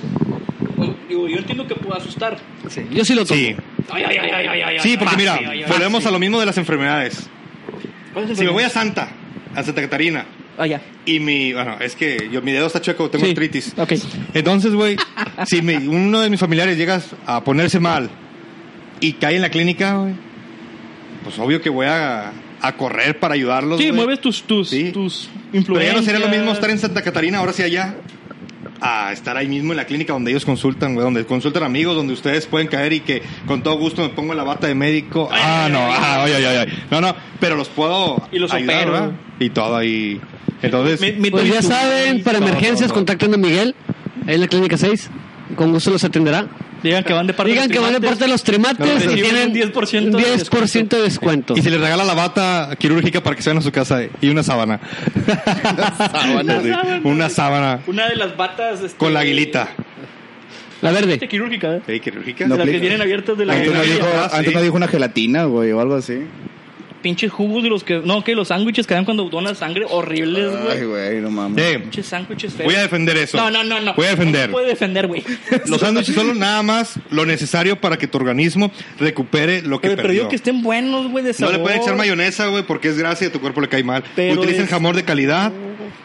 A: pues, digo, yo entiendo que puede asustar.
B: Sí, yo sí lo tomo.
D: Sí.
A: Ay, ay, ay, ay, ay, ay,
D: Sí,
A: ay,
D: porque
A: ay,
D: mira,
A: ay, ay, ay,
D: volvemos
A: sí.
D: a lo mismo de las enfermedades.
A: ¿Cuál es el
D: Si me voy
A: problema?
D: a Santa, a Santa Catarina,
A: Ah, ya.
D: y mi, bueno, es que yo mi dedo está chueco, tengo
A: Sí.
D: artritis.
A: Ok.
D: Entonces, güey, si mi- uno de mis familiares llega a ponerse mal y cae en la clínica, güey, pues obvio que voy a, a correr para ayudarlos.
A: Pues, Sí,
D: güey.
A: mueves tus, tus,
D: Sí.
A: tus
D: Pero ya
A: influencias.
D: no sería lo mismo estar en Santa Catarina, ahora sí allá, a estar ahí mismo en la clínica donde ellos consultan, güey, donde consultan amigos, donde ustedes pueden caer y que con todo gusto me pongo la bata de médico.
A: Ay,
D: ah,
A: ay,
D: no,
A: ay,
D: ah, ay, ay, ay, ay. No, no, pero los puedo
A: Y los opero.
D: ¿verdad? Y todo ahí. Entonces,
A: Mi- mi-
B: Pues ya
A: tu-
B: saben, para
D: No, no,
B: emergencias
D: no.
B: contacten a Miguel, ahí en la clínica 6. Con gusto los atenderá.
A: Digan que van de parte
B: Digan
A: de
B: que
A: los
B: van de parte de los trimates
A: No,
B: y
A: reciben
B: tienen
A: un 10% de
B: 10% de descuento.
D: y se les regala la bata quirúrgica para que se vayan a su casa eh, y una sábana.
C: Sábana.
D: Sí, una sábana
A: Una de las batas... este,
D: con la aguilita.
B: La
A: este,
B: verde.
A: quirúrgica, ¿eh?
D: Sí, quirúrgica.
A: las
C: No
A: que
C: aplica.
A: vienen abiertas de la
C: Antes no
D: Ahí
C: dijo,
D: está,
C: antes
D: "Ah, sí.
C: no dijo una gelatina, güey, o algo así.
A: pinches jugos de los que... No, que los sándwiches que dan cuando donas sangre horribles, güey.
C: Ay, güey, no mames.
D: Sí,
A: Pinches sándwiches feos.
D: voy a defender eso.
A: No, no, no, no.
D: Voy a defender.
A: No puede defender, güey.
D: Los sándwiches solo nada más lo necesario para que tu organismo recupere lo que
A: Pero, pero
D: perdió.
A: yo que estén buenos, güey, de
D: no
A: sabor.
D: le pueden echar mayonesa, güey, porque es grasa y a tu cuerpo le cae mal.
A: Pero
D: Utilizan
A: es-
D: jamón de calidad.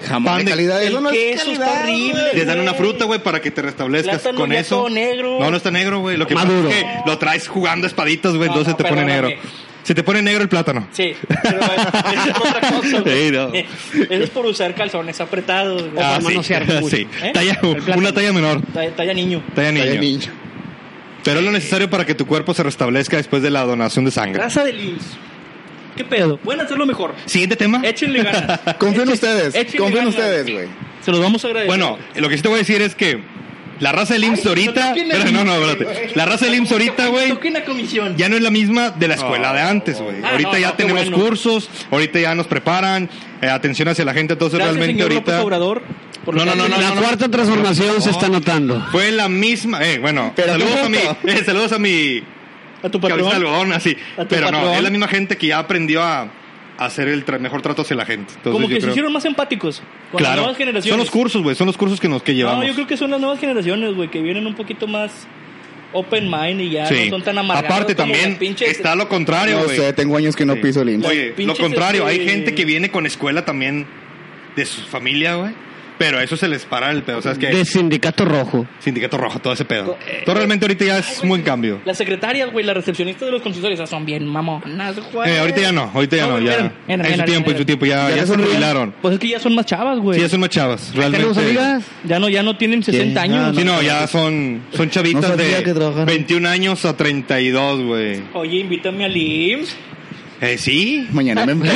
C: Jamón
D: pan
C: de
D: de-
C: calidad.
A: El
C: Eso no es
A: queso está
C: calidad,
A: horrible.
C: güey.
D: Les dan una fruta, güey, para que te restablezcas
A: Plátano
D: con
A: ya
D: eso.
A: todo negro.
D: No, no está negro, güey. Lo que pasa
B: Maduro.
D: es que lo traes jugando espaditas, güey,
A: No,
D: entonces
A: no,
D: te pone
A: perdóname.
D: negro. Se te pone negro el plátano. Ah,
A: Sí, pero es, es otra cosa, güey.
D: Sí, no.
A: Eso es por usar calzones apretados, güey.
D: Ah,
B: para
D: sí.
B: manosear mucho.
D: Sí.
A: ¿Eh?
D: Talla-
B: El plátano.
D: una talla menor,
A: Talla, talla niño.
D: talla niño.
C: Ay, niño.
D: Pero es lo necesario para que tu cuerpo se restablezca después de la donación de sangre.
A: Grasa de Lins. ¿Qué pedo? Pueden hacerlo mejor.
D: Siguiente tema.
A: Échenle ganas.
C: Confío en
A: Échenle-
C: ustedes.
A: échenle
C: Confío en
A: ganas.
C: ustedes, güey.
A: Se los vamos a agradecer.
D: Bueno, lo que sí te voy a decir es que la raza del IMSS ahorita.
A: toquen a
D: Espera,
A: mí,
D: no, no, espérate. La raza del IMSS ahorita, güey.
A: Toque una comisión.
D: Ya no es la misma de la escuela de antes, güey.
A: Ah,
D: ahorita
A: no,
D: ya
A: no, qué
D: tenemos
A: bueno.
D: cursos, ahorita ya nos preparan, eh, atención hacia la gente, entonces
A: Gracias,
D: realmente
A: señor López
D: ahorita
A: Obrador. por
D: No,
A: lo
D: no,
A: que
D: no,
A: hace.
B: La cuarta transformación se está notando.
D: fue la misma, eh, bueno,
C: Pero
D: saludos
C: qué
D: a mi,
C: poco.
D: eh, saludos a mi
A: A tu
D: cabeza de
A: patrón.
D: algodón, así,
A: A tu
D: pero no,
A: patrón.
D: es la misma gente que ya aprendió a a hacer el tra- mejor trato hacia la gente. Entonces,
A: Como
D: yo
A: que se
D: creo-
A: hicieron más empáticos. Con las
D: claro,
A: nuevas generaciones.
D: son los cursos, güey, son los cursos que nos que llevamos.
A: No, yo creo que son las nuevas generaciones, güey, que vienen un poquito más open mind y ya
D: Sí.
A: no son tan amargados.
D: Aparte
A: como
D: también
A: las pinches-
D: está lo contrario,
C: No
D: güey.
C: sé, tengo años que no
D: Sí.
C: piso el IMSS.
D: Oye,
A: Las
D: lo
A: pinches,
D: contrario, hay
A: este-
D: gente que viene con escuela también de su familia, güey. Pero a eso se les para el pedo. O sea, es que
B: De sindicato rojo.
D: sindicato rojo, todo ese pedo.
A: Co- eh,
D: Todo realmente ahorita ya es un buen cambio. Eh,
A: Las secretarias, güey, las recepcionistas de los consultorios esas son bien mamonas, güey.
D: Eh, ahorita ya no, ahorita ya no,
A: bueno,
D: ya.
A: miren, miren,
D: En su
A: miren,
D: tiempo, en
A: miren.
D: su tiempo, ya,
C: Ya
D: ya
C: no
D: se
C: son-
D: jubilaron.
A: Pues es que ya son más chavas, güey.
D: Sí, ya son más chavas,
B: ¿Tenemos
D: realmente.
B: amigas?
A: Ya no, ya Ah, no tienen 60 años.
D: Sí, no, ya son, son chavitas
B: No sabía
D: de
B: que trabajaron.
D: 21 años a 32, güey.
A: Oye, invítame al IMSS.
D: Eh, sí.
C: Mañana me enfermo.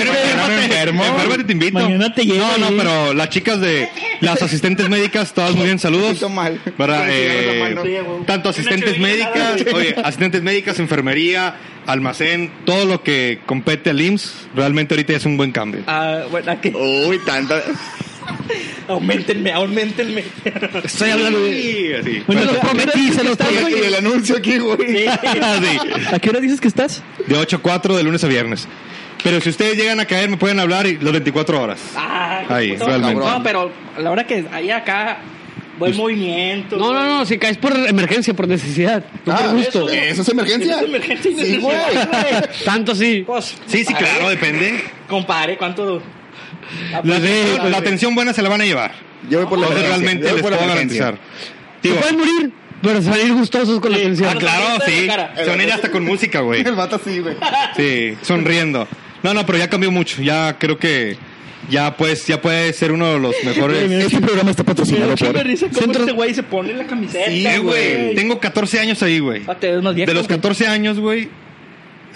D: Enfermate, Enfermate, te invito.
A: Mañana te llevo
D: No, no,
A: ahí.
D: pero las chicas de las asistentes médicas, todas muy bien, saludos.
C: Poquito mal.
D: ¿Verdad?
C: Sí,
D: Eh,
C: llegamos a mal, no
A: llego.
D: tanto asistentes
A: Una chelita, nada,
D: médicas, oye, asistentes médicas, enfermería, almacén, todo lo que compete al IMSS, realmente ahorita es un buen cambio.
A: Ah, bueno, ¿a qué?
C: Uy, tanta.
A: Aumentenme, aumentenme.
B: Estoy hablando de...
D: Sí, así.
B: Bueno, se los prometí, se los
C: Fíjate,
B: prometí.
C: Y el anuncio aquí, güey.
D: Sí,
A: ¿A qué hora dices que estás?
D: de 8 a 4 de lunes a viernes. Pero si ustedes llegan a caer, me pueden hablar y las 24 horas.
A: Ah,
D: Ahí,
A: no,
D: realmente. Pues,
A: No, pero a la hora que hay acá, buen movimiento.
B: No, no, no, si caes por emergencia, por necesidad. No
C: Ah,
B: por
A: eso.
B: gusto.
C: ¿Eso es emergencia?
A: Es emergencia y
C: Sí, güey.
A: necesidad, güey.
B: Tanto sí.
A: Pues,
D: Sí, sí,
A: compadre,
D: claro, depende.
A: Compadre, ¿cuánto?
D: La,
B: Sí,
D: la atención buena se la van a llevar.
C: Yo voy por la
D: Entonces
C: emergencia, yo
D: realmente
C: voy
D: les
C: por la
D: puedo
C: emergencia.
D: garantizar.
B: Se
D: Digo,
B: pueden morir, pero se van a ir gustosos con la
A: Ah,
B: atención.
D: Claro,
A: Sonrisa en
D: sí.
A: la cara.
D: Se van a ir hasta con música, güey.
C: El vato sí, güey.
D: Sí, sonriendo. No, no, pero ya cambió mucho. Ya creo que ya pues ya puede ser uno de los mejores.
C: Este programa está patrocinado
A: Qué
C: por.
A: me risa cómo
B: Centro-
A: este güey se pone la camiseta,
D: Sí, güey.
A: güey.
D: Tengo 14 años ahí, güey.
A: Ah, te ves más viejo,
D: De los
A: güey.
D: 14 años, güey.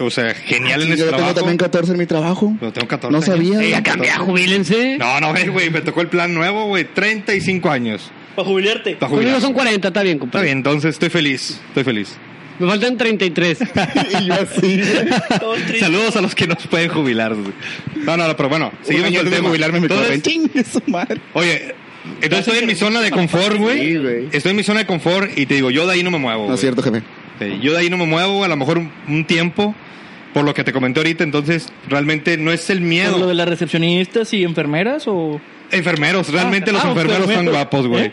D: O sea, genial
C: Ah,
D: en
C: Yo
D: ese
C: tengo
D: trabajo.
C: también 14 en mi trabajo.
D: Pero tengo 14.
C: No
D: años.
C: sabía.
D: Sí,
B: Ya cambia, jubílense.
D: No, no, güey, güey, me tocó el plan nuevo, güey. 35 años.
A: Para jubilarte.
D: Está
B: Conmigo
D: jubilado.
B: son 40, está bien,
D: Está
B: compadre.
D: bien, entonces estoy feliz, estoy feliz.
B: Me faltan 33.
C: y yo así.
A: Todo triste.
D: Saludos a los que nos pueden jubilar. güey. No, no, no, pero bueno, seguimos
C: yo
D: con el tema.
C: jubilarme me
D: Entonces,
C: corren. Ching, su madre.
D: Oye, entonces estoy en mi zona de confort,
C: Sí,
D: güey.
C: güey.
D: Estoy en mi zona de confort y te digo, yo de ahí no me muevo.
C: No
D: güey.
C: es cierto, jefe.
D: Eh, Yo de ahí no me muevo, a lo mejor un, un tiempo, por lo que te comenté ahorita, entonces realmente no es el
A: ¿Por ¿Lo
D: miedo.
A: de las recepcionistas y enfermeras o...?
D: Enfermeros, realmente
A: Ah,
D: los
A: ah,
D: enfermeros son
A: enfermeros.
D: guapos, güey.
A: ¿Eh?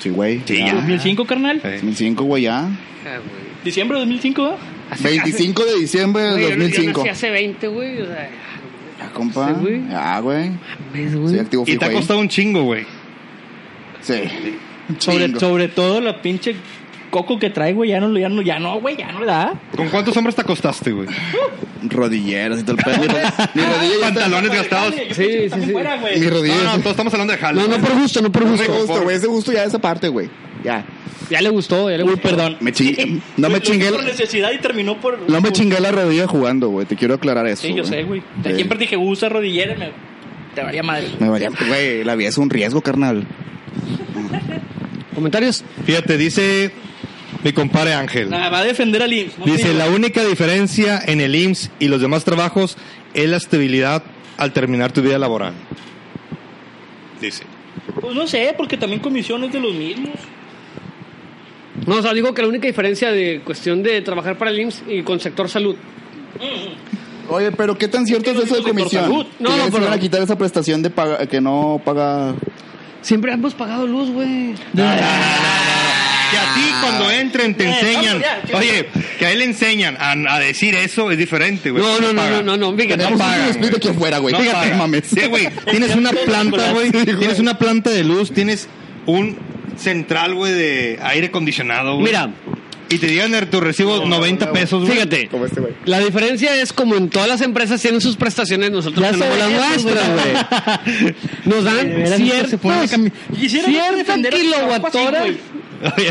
C: Sí, güey.
D: Sí, ya.
A: 2005, carnal.
D: Eh.
C: 2005, güey, ya.
A: Diciembre de 2005, ¿ah?
C: 25 de diciembre del 2005.
B: hace 20, güey. O sea,
C: Ya, compa.
B: Sí, güey.
C: Ya, güey.
B: ves,
C: Soy
B: güey.
C: activo
D: Y
C: fijo
D: te ha
C: ahí.
D: costado un chingo, güey.
C: Sí. Un
A: Sobre,
C: chingo.
A: sobre todo la pinche coco que trae, güey, ya no, ya no, ya no, güey, ya no le da.
D: ¿Con cuántos hombres te acostaste, güey?
C: Rodilleras y todo el pedo. Mi ro- Mi rodilla ya está-
D: Pantalones
A: Para
D: gastados.
A: dejarle, yo
B: Sí,
A: pensé que
B: sí,
A: también
B: sí.
A: fuera, güey.
C: Mi rodilla.
D: No, no,
C: ya-
D: todos estamos hablando de jale.
B: No, no por gusto, no por
C: Ese
B: gusto.
C: gusto, güey. Ese gusto ya de esa parte, güey. Ya.
B: Ya le gustó, ya le
A: Uy,
B: gustó.
A: perdón.
C: Me chingué- no
A: Lo
C: me
A: hizo
C: chingué.
A: Por necesidad y terminó por.
C: No me
A: por-
C: chingué la rodilla jugando, güey. Te quiero aclarar eso.
A: Sí, yo sé, güey.
C: Sí.
A: Siempre dije, "Uh, usa rodillera, y me... te varía madre.
C: Me valía, güey. La vida es un riesgo, carnal.
B: ¿Comentarios?
D: Fíjate, dice mi compadre Ángel.
A: Nada, va a defender al IMSS. no te
D: Dice,
A: digo.
D: la única diferencia en el IMSS y los demás trabajos es la estabilidad al terminar tu vida laboral. Dice.
A: Pues no sé, porque también comisiones de los mismos.
B: No, o sea, digo que la única diferencia de cuestión de trabajar para el IMSS y con sector salud.
C: Oye, pero ¿qué tan cierto es eso de comisión?
A: Salud.
B: No,
C: Que
B: no,
C: les
B: pero-
C: iban a quitar esa prestación de paga- que no paga.
B: Siempre hemos pagado luz, güey.
D: Que a ti
B: Ah.
C: Ah,
D: cuando entren te
A: Eh,
D: enseñan.
A: vamos
B: pues
A: ya, chido.
D: Oye, que a él le enseñan a, a decir eso es diferente, güey.
B: No, no, no, no,
D: pagan.
B: no, no, fíjate.
C: Tenemos
D: pagan,
C: un split de
D: güey.
C: quien fuera, güey.
D: No
C: Fíjate,
D: pagan.
C: mames.
D: Sí, güey. Tienes una planta, güey. Tienes una planta de luz, tienes un central, güey, de aire acondicionado, güey.
B: Mira,
D: Y te digan de tu recibo 90 pesos, güey.
B: fíjate.
C: Como este, güey.
B: La diferencia es como en todas las empresas tienen sus prestaciones, nosotros
F: Ya
B: tenemos
F: sé,
B: las
F: eso,
B: nuestras, güey. Nos
F: De
B: dan
F: veras, esto se pone a
B: ciertas,
F: cami-
A: Quisiera yo defender
B: cierta
A: a mi trabajo
B: kilowatora
A: así,
D: Oye,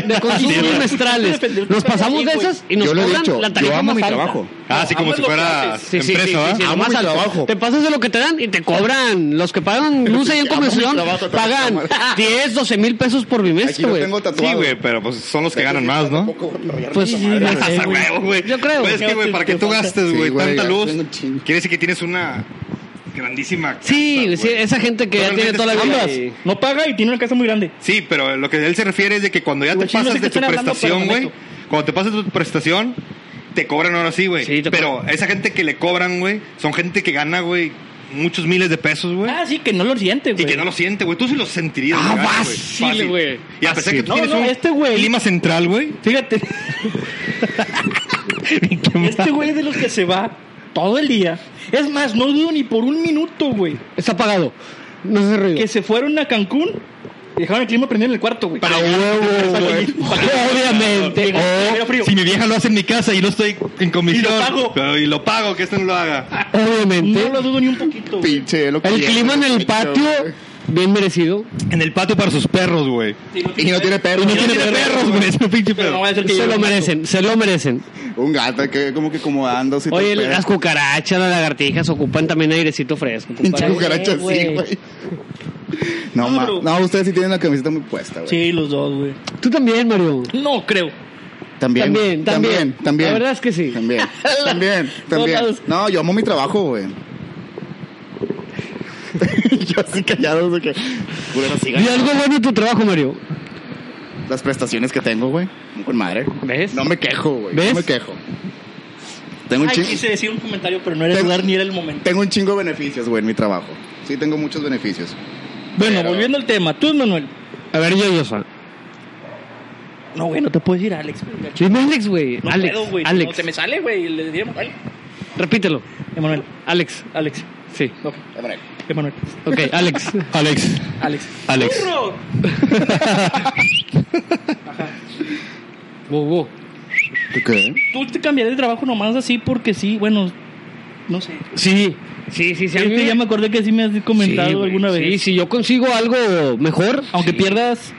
B: de consumo
D: sí, güey.
B: trimestrales.
A: Defender tu
B: Nos
A: trabajo
B: pasamos
A: así,
B: de
A: güey.
B: esas y nos
C: Yo lo he
B: cobran
C: dicho.
B: la tarifa
C: Yo amo
B: más
C: mi
B: alta.
C: trabajo.
D: Ah, así como
A: Amas
D: si
A: lo que
D: fuera
A: haces.
B: Sí, sí,
D: empresa,
B: sí,
D: ¿verdad? Ah,
B: sí, sí, lo
C: Amo
B: más
C: mi
B: alto.
C: trabajo.
B: Te pasas de lo que te dan y te cobran. Los que pagan luz ahí en
C: Amo mi
B: comisión
C: trabajo,
B: pagan
C: también.
B: 10, 12 mil pesos por
C: Aquí
B: bimestre,
C: lo
B: güey.
C: tengo tatuado.
D: Sí, güey, pero pues son los que ganan más, ¿no?
B: Pues sí,
C: madre,
B: ya
C: güey.
B: sé,
D: Hasta
B: güey.
D: huevo, güey.
B: Yo creo.
D: Pues es que, güey, para que tú gastes,
C: Sí,
D: güey,
C: güey,
D: tanta
C: ya
D: luz,
C: tengo un chingo.
D: quiere decir que tienes una grandísima. casa,
B: Sí, sí,
D: güey.
B: esa gente que ya tiene
D: Realmente
B: toda la vida.
D: ambas.
B: ahí.
A: No paga y tiene una casa muy grande.
D: Sí, pero lo que él se refiere es de que cuando ya te
A: Güey, sí, no sé qué
D: pasas de tu
A: están hablando,
D: prestación,
A: pero me
D: güey, cuando te pasas de tu prestación, te cobran ahora sí, güey.
B: Sí, te
D: pero esa gente que le cobran, güey, son gente que gana, güey, muchos miles de pesos, güey.
A: Ah, sí, que no lo siente,
D: Y
A: güey.
D: que no lo siente, güey. Tú sí lo sentirías.
B: Ah,
D: güey, ganas,
B: fácil, güey.
D: Y a pesar que tú
A: No,
D: tienes
A: no,
D: un
A: este güey-
D: clima central, güey.
A: Fíjate. este güey es de los que se va todo el día. Es más, no dudo ni por un minuto, güey.
B: Está pagado. No se hace ruido.
A: Que se fueron a Cancún y dejaron el clima prendido en el cuarto, güey.
B: A huevo, güey. Obviamente. Oh,
A: Pero frío.
D: Si mi vieja lo hace en mi casa y no estoy en comisión.
A: Y lo pago.
D: pero- y lo pago, que esto no lo haga.
A: No
B: Obviamente.
A: lo dudo ni un poquito. güey.
C: Pinche, lo que
B: El
C: quiere,
B: clima en el
C: pinche,
B: patio,
C: güey.
B: bien merecido.
D: En el patio para sus perros, güey.
A: Sí,
C: Y no tiene perro.
D: Y no tiene perros, güey. Es un pinche
A: Pero no
D: perro.
A: vaya a ser que
B: Se
A: llegue
B: lo
A: un gato.
B: merecen, se lo merecen.
C: Un gato que como que acomodándose. y todo
B: Oye,
C: el pedo.
B: las cucarachas, las lagartijas ocupan también airecito fresco.
C: Pinche
B: compadre.
C: cucaracha así,
B: güey.
C: güey. No,
A: No,
C: ma-
A: pero-
C: no, ustedes sí tienen la camiseta muy puesta, güey.
A: Sí, los dos, güey.
B: Tú también, Mario.
A: No creo.
C: También,
B: También, también.
C: también.
B: La verdad es que sí.
C: También, también, también.
A: Todos.
C: No, yo amo mi trabajo, güey. yo así callado, de que. Culero, sí,
B: Y algo bueno de tu trabajo, Mario.
C: Las prestaciones que tengo, güey. Con madre.
B: ¿Ves?
C: No me quejo, güey.
B: ¿Ves?
C: No me quejo. Tengo un,
A: Ay,
C: chin-
A: quise decir un comentario, pero no era el
C: Ten-
A: lugar ni era el momento.
C: tengo un chingo de beneficios, güey, en mi trabajo. Sí, tengo muchos beneficios.
A: Bueno,
C: Pero-
A: volviendo al tema. Tú, Manuel.
B: A ver, yo, yo,
A: No, güey, no te puedes ir, Alex. güey.
B: Dime Alex, güey.
A: No
B: Alex,
A: puedo, güey.
B: Alex.
A: No, se me sale, güey. y Le diría, Emanuel.
B: Repítelo.
A: Emanuel.
B: Alex.
A: Alex.
B: Sí.
A: Ok.
C: A ver,
A: Emanuel.
B: Ok, Alex.
D: Alex.
A: Alex.
D: Alex.
A: ¡Burro!
B: Wow, wow.
C: ¿tú qué?
A: Tú te cambiarías de trabajo nomás así porque sí, bueno, no sé.
B: Sí. Sí, sí, sí. a
A: Es
B: mí
A: que
B: me-
A: ya me acordé que sí me has comentado
B: Sí, güey.
A: alguna vez.
B: Sí, si yo consigo algo mejor,
A: Aunque pierdas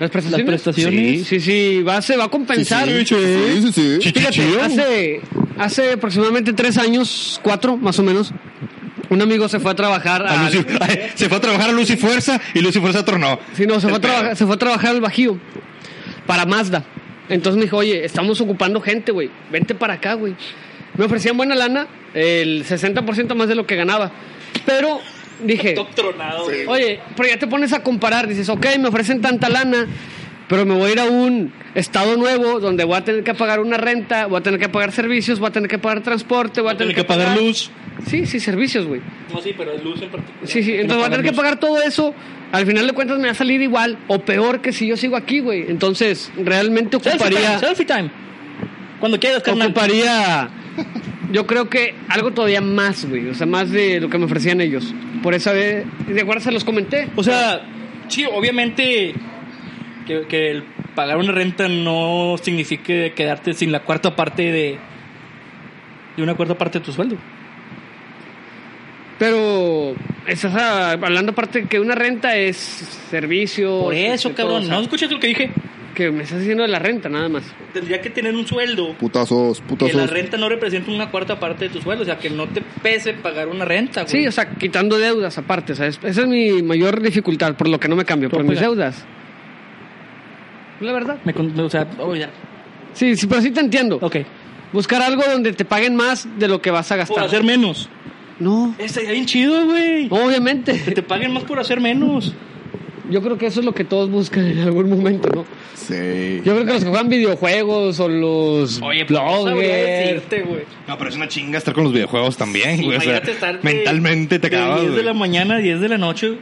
B: las prestaciones.
A: las prestaciones.
B: Sí, sí, sí, va, se va a compensar.
C: Sí, sí, sí.
B: Fíjate, hace, hace aproximadamente tres años, cuatro más o menos, un amigo se fue a trabajar
D: A
C: Ah,
B: a...
D: Lucy- ay, se fue a trabajar a Luz y Fuerza y Luz y Fuerza tornó.
B: Sí, no, se fue, a trabajar- se fue a trabajar al Bajío para Mazda. Entonces me dijo, oye, estamos ocupando gente, güey. Vente para acá, güey. Me ofrecían buena lana, el 60% más de lo que ganaba. Pero dije,
A: top tronado. güey.
B: oye, pero ya te pones a comparar. Dices, ok, me ofrecen tanta lana, pero me voy a ir a un estado nuevo donde voy a tener que pagar una renta, voy a tener que pagar servicios, voy a tener que pagar transporte, voy a tener,
A: Tienes que pagar luz.
B: Sí, sí, servicios, güey.
A: No, sí, pero luz en particular.
B: Sí, sí, entonces voy a tener que pagar todo eso. Al final de cuentas me va a salir igual o peor que si yo sigo aquí, güey. Entonces, realmente
A: Selfie time,
B: ocuparía...
A: selfie time. Cuando quieras, carnal.
B: Ocuparía... Yo creo que algo todavía más, güey. O sea, más de lo que me ofrecían ellos. Por esa vez... ¿De acuerdo? Se los comenté.
A: O sea, Sí, obviamente que, que el pagar una renta no signifique quedarte sin la cuarta parte de, de una cuarta parte de tu sueldo.
B: Pero estás ah, hablando aparte que una renta es servicio. este,
A: Por eso, cabrón, no escuchas lo que dije.
B: Que me estás diciendo de la renta, nada más.
A: Tendría que tener un sueldo
C: Putazos,
A: que la
C: putazos.
A: renta no representa una cuarta parte de tu sueldo, o sea, que no te pese pagar una renta, güey.
B: Sí, o sea, quitando deudas aparte, ¿sabes? Esa es mi mayor dificultad, por lo que no me cambio, por
A: Tópela.
B: mis deudas. La verdad.
A: Me con- o sea, oh, ya.
B: Sí, sí, pero sí te entiendo.
A: Ok.
B: Buscar algo donde te paguen más de lo que vas a
A: Por
B: gastar.
A: hacer menos. Oh.
B: No,
A: Estaría bien chido, güey. Que
B: obviamente.
A: te paguen más por hacer menos.
B: Yo creo que eso es lo que todos buscan en algún momento, ¿no?
C: Sí.
B: Yo creo que los que juegan videojuegos o los
A: no sabría
B: bloggers.
A: decirte, güey.
D: No, pero es una chinga estar con los videojuegos también, güey. o sea,
A: Imagínate estar de-
D: mentalmente te
A: de
D: acabas.
A: 10 de
D: güey.
A: la mañana, 10 de la noche.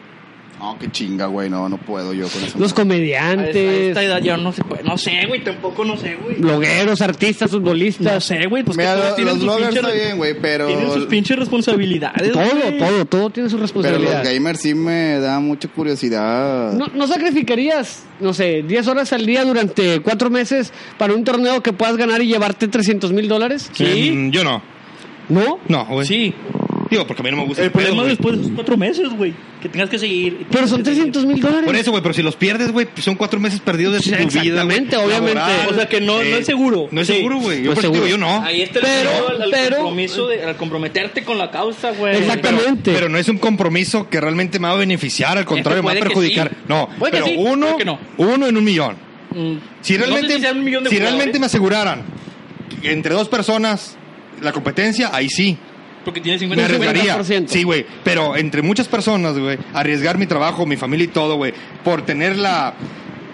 C: No, qué chinga, güey. No, no puedo yo con eso.
B: Los
A: A esta- a
B: comediantes,
A: esta edad ya no se puede. No sé, güey, tampoco no sé, güey.
B: blogueros, artistas,
A: No
B: futbolistas.
A: sé, güey, pues
C: Mira,
A: que todos
C: lo-
A: tienen
C: los
A: sus
C: bloggers
A: pinches-
C: está bien, güey, pero.
A: Tienen sus pinches responsabilidades.
B: Todo,
A: güey.
B: todo, todo tiene su
C: Pero los
B: responsabilidad.
C: gamers sí me da mucha curiosidad.
B: ¿No, no sacrificarías, no sé, 10 horas al día durante 4 meses para un torneo que puedas ganar y llevarte 300 mil dólares?
D: Mm, yo no.
B: ¿No?
D: No, güey.
A: Sí.
D: Digo, porque a mí no me gusta.
A: El
D: el pedo,
A: problema
D: güey.
A: después de esos cuatro meses, güey. Que tengas que seguir. y
B: Pero
A: tengas
B: son
A: que seguir.
B: 300 mil dólares.
D: Por eso, güey, pero si los pierdes, güey, pues son cuatro meses perdidos de
B: Sí,
D: tu vida. güey. Eh,
B: exactamente, obviamente.
A: O sea, que no- no es seguro.
D: No es
A: Sí.
D: seguro, güey. Yo
B: No es
D: por eso
B: seguro.
D: digo, yo no.
A: Ahí está el
B: Pero-
A: miedo al, al
B: pero-
A: compromiso de, al comprometerte con la causa, güey.
B: Exactamente.
D: Pero no es un compromiso que realmente me va a beneficiar, al contrario, me va a
A: Este puede que
D: perjudicar.
A: sí.
D: No,
A: Puede que
D: pero
A: sí, puede
D: uno,
A: que no.
D: uno en un millón.
A: Mm,
D: Si
A: no sé
D: realmente,
A: si sean un millón de
D: si
A: jugadores,
D: realmente me aseguraran que entre dos personas la competencia, ahí sí.
A: Porque tiene
D: Me
A: 50
D: arriesgaría.
B: 50%.
D: Sí, güey. Pero entre muchas personas, güey, arriesgar mi trabajo, mi familia y todo, güey, por tener la,